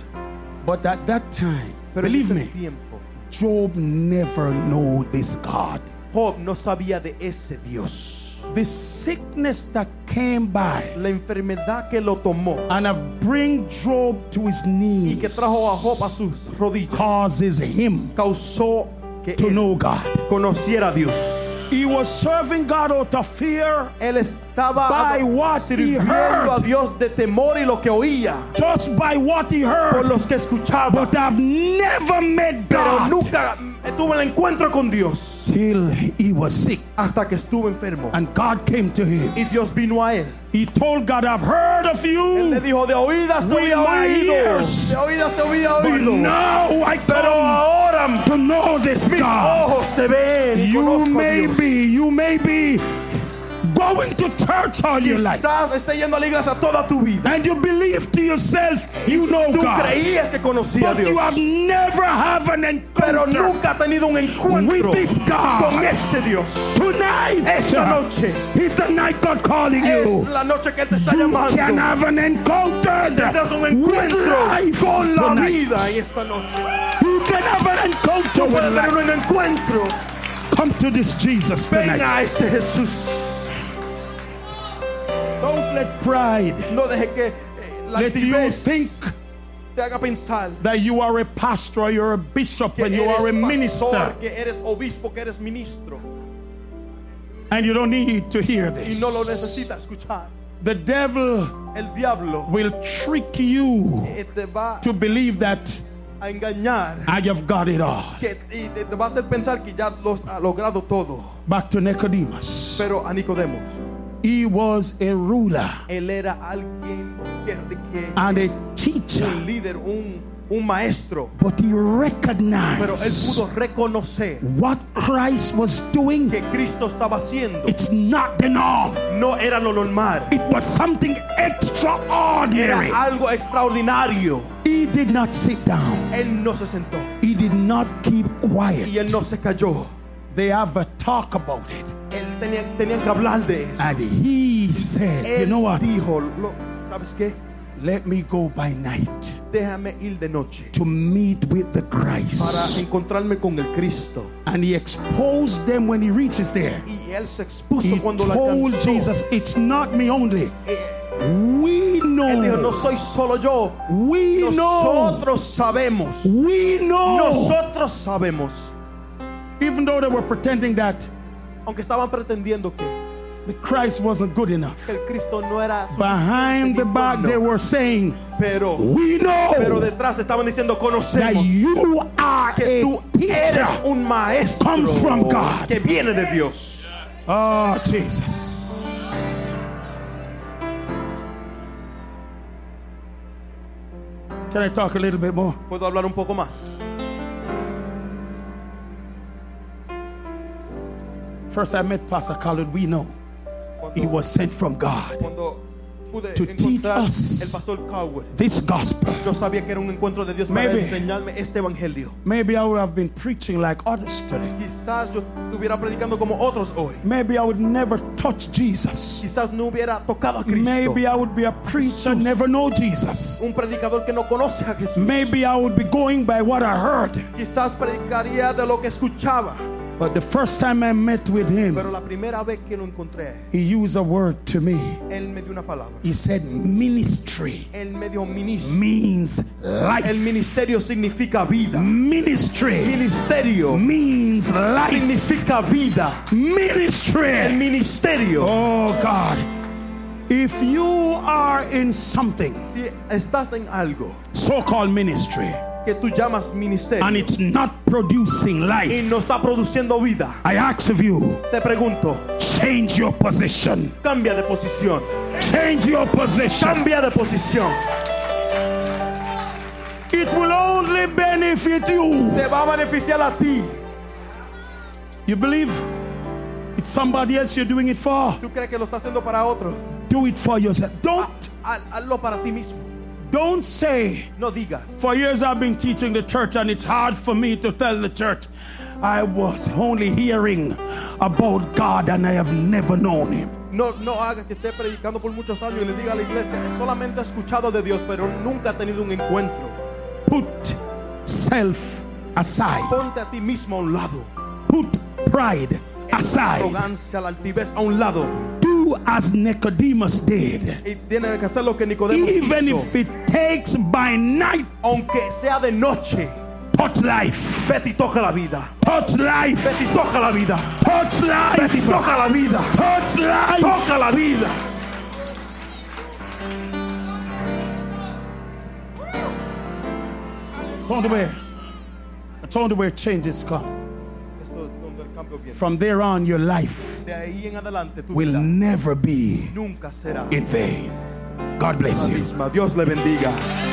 [SPEAKER 3] But at that time,
[SPEAKER 2] Pero en
[SPEAKER 3] believe
[SPEAKER 2] ese
[SPEAKER 3] me,
[SPEAKER 2] tiempo,
[SPEAKER 3] Job never knew this God.
[SPEAKER 2] Job no sabía de ese Dios.
[SPEAKER 3] The sickness that came by
[SPEAKER 2] La enfermedad que lo tomó
[SPEAKER 3] and have bring Job to his
[SPEAKER 2] y
[SPEAKER 3] knees
[SPEAKER 2] que trajo a Job a sus rodillas
[SPEAKER 3] causes him
[SPEAKER 2] causó que
[SPEAKER 3] to
[SPEAKER 2] él
[SPEAKER 3] know God.
[SPEAKER 2] conociera a Dios.
[SPEAKER 3] He was serving God out of fear,
[SPEAKER 2] Él estaba
[SPEAKER 3] By what he heard.
[SPEAKER 2] sirviendo a Dios de temor y lo que oía,
[SPEAKER 3] just by what he
[SPEAKER 2] por
[SPEAKER 3] heard,
[SPEAKER 2] los que escuchaba,
[SPEAKER 3] but have never met
[SPEAKER 2] pero
[SPEAKER 3] God
[SPEAKER 2] nunca mm, tuvo el encuentro con Dios.
[SPEAKER 3] till he was sick.
[SPEAKER 2] hasta que estuvo enfermo.
[SPEAKER 3] And God came to him.
[SPEAKER 2] Y Dios vino a él.
[SPEAKER 3] He told God, I've heard of
[SPEAKER 2] Él le
[SPEAKER 3] you,
[SPEAKER 2] dijo, de oídas te
[SPEAKER 3] With
[SPEAKER 2] había
[SPEAKER 3] my
[SPEAKER 2] oído.
[SPEAKER 3] ears.
[SPEAKER 2] De oídas te había
[SPEAKER 3] but
[SPEAKER 2] oído.
[SPEAKER 3] now I
[SPEAKER 2] Pero
[SPEAKER 3] come
[SPEAKER 2] ahora
[SPEAKER 3] to know this
[SPEAKER 2] mis
[SPEAKER 3] God.
[SPEAKER 2] ojos te ven. y
[SPEAKER 3] You
[SPEAKER 2] conozco a
[SPEAKER 3] may
[SPEAKER 2] Dios.
[SPEAKER 3] be, you may be going to church all your life,
[SPEAKER 2] Quizás esté yendo a la iglesia toda tu vida.
[SPEAKER 3] and you believe to yourself, you know
[SPEAKER 2] Tú
[SPEAKER 3] God.
[SPEAKER 2] creías que conocía a
[SPEAKER 3] But you
[SPEAKER 2] Dios.
[SPEAKER 3] have never have an
[SPEAKER 2] Pero
[SPEAKER 3] encounter
[SPEAKER 2] nunca ha tenido un encuentro
[SPEAKER 3] with this
[SPEAKER 2] con
[SPEAKER 3] God.
[SPEAKER 2] este Dios. Esta
[SPEAKER 3] Tonight
[SPEAKER 2] noche
[SPEAKER 3] is the night God calling
[SPEAKER 2] es
[SPEAKER 3] you.
[SPEAKER 2] la noche que Él te está
[SPEAKER 3] You can
[SPEAKER 2] llamando.
[SPEAKER 3] have an encounter
[SPEAKER 2] Tendrás un
[SPEAKER 3] with
[SPEAKER 2] encuentro
[SPEAKER 3] life
[SPEAKER 2] con la
[SPEAKER 3] tonight.
[SPEAKER 2] vida en esta noche.
[SPEAKER 3] You can have an encounter with
[SPEAKER 2] Puedes tener
[SPEAKER 3] life.
[SPEAKER 2] un encuentro.
[SPEAKER 3] Come to this Jesus
[SPEAKER 2] Ven este
[SPEAKER 3] tonight.
[SPEAKER 2] a este Jesús.
[SPEAKER 3] Don't let pride,
[SPEAKER 2] No dejes que eh, la
[SPEAKER 3] let you
[SPEAKER 2] altivez
[SPEAKER 3] think
[SPEAKER 2] te haga pensar
[SPEAKER 3] that you are a pastor, or you're a bishop,
[SPEAKER 2] que
[SPEAKER 3] and you
[SPEAKER 2] eres
[SPEAKER 3] are a
[SPEAKER 2] pastor,
[SPEAKER 3] minister,
[SPEAKER 2] que eres obispo, que eres ministro
[SPEAKER 3] and you don't need to hear
[SPEAKER 2] y
[SPEAKER 3] this.
[SPEAKER 2] no lo necesitas escuchar.
[SPEAKER 3] The devil
[SPEAKER 2] El diablo
[SPEAKER 3] will trick you
[SPEAKER 2] eh, te va
[SPEAKER 3] to believe that
[SPEAKER 2] a engañar
[SPEAKER 3] I have got it all.
[SPEAKER 2] que, y te, te va a hacer pensar que ya lo ha logrado todo.
[SPEAKER 3] Back to Nicodemus.
[SPEAKER 2] Pero a Nicodemos
[SPEAKER 3] He was a ruler
[SPEAKER 2] Él era alguien que, que-
[SPEAKER 3] and a
[SPEAKER 2] un
[SPEAKER 3] teacher,
[SPEAKER 2] líder, un, un maestro.
[SPEAKER 3] but he
[SPEAKER 2] Pero él
[SPEAKER 3] recognized
[SPEAKER 2] pudo reconocer
[SPEAKER 3] what Christ was doing.
[SPEAKER 2] que Cristo estaba haciendo.
[SPEAKER 3] It's not the norm.
[SPEAKER 2] No era lo normal.
[SPEAKER 3] It was something extraordinary.
[SPEAKER 2] Era algo extraordinario.
[SPEAKER 3] He did not sit down.
[SPEAKER 2] Él no se sentó
[SPEAKER 3] He did not keep
[SPEAKER 2] y
[SPEAKER 3] quiet.
[SPEAKER 2] él no se cayó.
[SPEAKER 3] They have a talk about it.
[SPEAKER 2] Él tenía, tenían que hablar de eso.
[SPEAKER 3] And he said, You
[SPEAKER 2] Él
[SPEAKER 3] know what?
[SPEAKER 2] dijo, "Lo- ¿sabes qué?
[SPEAKER 3] Let me go by night
[SPEAKER 2] Déjame ir de noche
[SPEAKER 3] to meet with the
[SPEAKER 2] para
[SPEAKER 3] Christ.
[SPEAKER 2] encontrarme con el Cristo.
[SPEAKER 3] And he exposed them when he reaches there.
[SPEAKER 2] Y él se
[SPEAKER 3] He
[SPEAKER 2] expuso cuando la
[SPEAKER 3] told
[SPEAKER 2] alcanzó.
[SPEAKER 3] Jesus, It's not me only.
[SPEAKER 2] Eh,
[SPEAKER 3] We
[SPEAKER 2] Él dijo, no
[SPEAKER 3] know.
[SPEAKER 2] soy solo yo.
[SPEAKER 3] We know.
[SPEAKER 2] Nosotros sabemos.
[SPEAKER 3] We know.
[SPEAKER 2] Nosotros sabemos.
[SPEAKER 3] Even though they were pretending that
[SPEAKER 2] Aunque estaban pretendiendo que,
[SPEAKER 3] the Christ wasn't good enough.
[SPEAKER 2] que el Cristo no era. su-
[SPEAKER 3] Behind the back, they were saying,
[SPEAKER 2] Pero,
[SPEAKER 3] We
[SPEAKER 2] pero
[SPEAKER 3] know
[SPEAKER 2] detrás estaban diciendo
[SPEAKER 3] that
[SPEAKER 2] conocemos
[SPEAKER 3] you are
[SPEAKER 2] que
[SPEAKER 3] a
[SPEAKER 2] tú
[SPEAKER 3] teacher.
[SPEAKER 2] eres un maestro
[SPEAKER 3] Comes from God.
[SPEAKER 2] que viene de Dios.
[SPEAKER 3] Oh, Jesus. Can I talk a little bit more?
[SPEAKER 2] Puedo hablar un poco más.
[SPEAKER 3] First, I met Pastor Khaled. We know he
[SPEAKER 2] Cuando,
[SPEAKER 3] was sent from God.
[SPEAKER 2] cuando pude
[SPEAKER 3] to
[SPEAKER 2] encontrar
[SPEAKER 3] teach us.
[SPEAKER 2] el pastor Coward,
[SPEAKER 3] This gospel.
[SPEAKER 2] yo sabía que era un encuentro de Dios para
[SPEAKER 3] Maybe.
[SPEAKER 2] enseñarme este evangelio.
[SPEAKER 3] Maybe I would have been preaching like others today.
[SPEAKER 2] Quizás yo estuviera predicando como otros hoy.
[SPEAKER 3] Maybe I would never touch Jesus.
[SPEAKER 2] Quizás no hubiera tocado a Cristo.
[SPEAKER 3] Maybe I would be a preacher, never know Jesus.
[SPEAKER 2] un predicador que no conoce a Jesús.
[SPEAKER 3] Maybe I would be going by what I heard.
[SPEAKER 2] Quizás predicaría de lo que escuchaba.
[SPEAKER 3] But the first time I met with
[SPEAKER 2] Pero
[SPEAKER 3] him,
[SPEAKER 2] la primera vez que lo encontré,
[SPEAKER 3] he used a word to me.
[SPEAKER 2] él me dio una palabra.
[SPEAKER 3] He said, Ministry
[SPEAKER 2] Él me dio ministro.
[SPEAKER 3] means
[SPEAKER 2] El
[SPEAKER 3] life.
[SPEAKER 2] ministerio significa vida.
[SPEAKER 3] Ministry
[SPEAKER 2] Ministerio
[SPEAKER 3] means life.
[SPEAKER 2] significa vida. El
[SPEAKER 3] Ministry.
[SPEAKER 2] ministerio.
[SPEAKER 3] Oh God. If you are in something,
[SPEAKER 2] Si estás en algo
[SPEAKER 3] so called ministry,
[SPEAKER 2] que tú llamas
[SPEAKER 3] and
[SPEAKER 2] ministerio
[SPEAKER 3] it's not producing
[SPEAKER 2] y
[SPEAKER 3] life,
[SPEAKER 2] no está produciendo vida,
[SPEAKER 3] I ask of you,
[SPEAKER 2] te pregunto,
[SPEAKER 3] change your position.
[SPEAKER 2] cambia de posición.
[SPEAKER 3] Change your position.
[SPEAKER 2] Cambia de posición.
[SPEAKER 3] It will only benefit you.
[SPEAKER 2] Te va a beneficiar a ti.
[SPEAKER 3] You believe it's somebody else you're doing it for.
[SPEAKER 2] ¿Tú crees que lo está haciendo para otro?
[SPEAKER 3] Do it for yourself. Don't
[SPEAKER 2] Haz- Hazlo para ti mismo.
[SPEAKER 3] don't say
[SPEAKER 2] No digas.
[SPEAKER 3] for years I've been teaching the church and it's hard for me to tell the church I was only hearing about God and I have never known him.
[SPEAKER 2] No, no haga que esté predicando por muchos años y le diga a la iglesia, solamente he escuchado de Dios, pero nunca ha tenido un encuentro.
[SPEAKER 3] Put self aside.
[SPEAKER 2] Ponte a ti mismo a un lado.
[SPEAKER 3] Put pride
[SPEAKER 2] La
[SPEAKER 3] aside.
[SPEAKER 2] arrogancia, la altivez a un lado.
[SPEAKER 3] Do as Nicodemus did.
[SPEAKER 2] Y tiene que hacer lo que Nicodemo
[SPEAKER 3] Even
[SPEAKER 2] hizo.
[SPEAKER 3] if it takes by night,
[SPEAKER 2] Aunque sea de noche,
[SPEAKER 3] touch life.
[SPEAKER 2] vete y toca la vida.
[SPEAKER 3] Touch life.
[SPEAKER 2] Vete y toca la vida.
[SPEAKER 3] Touch
[SPEAKER 2] Vete y
[SPEAKER 3] life.
[SPEAKER 2] toca la vida.
[SPEAKER 3] Touch life.
[SPEAKER 2] Toca la vida.
[SPEAKER 3] Told where. I told you where changes come.
[SPEAKER 2] Eso es donde el cambio viene.
[SPEAKER 3] From there on, your life
[SPEAKER 2] De ahí en adelante tu
[SPEAKER 3] will
[SPEAKER 2] vida
[SPEAKER 3] never be
[SPEAKER 2] nunca será
[SPEAKER 3] in vain. God bless
[SPEAKER 2] la
[SPEAKER 3] you.
[SPEAKER 2] misma. Dios le bendiga.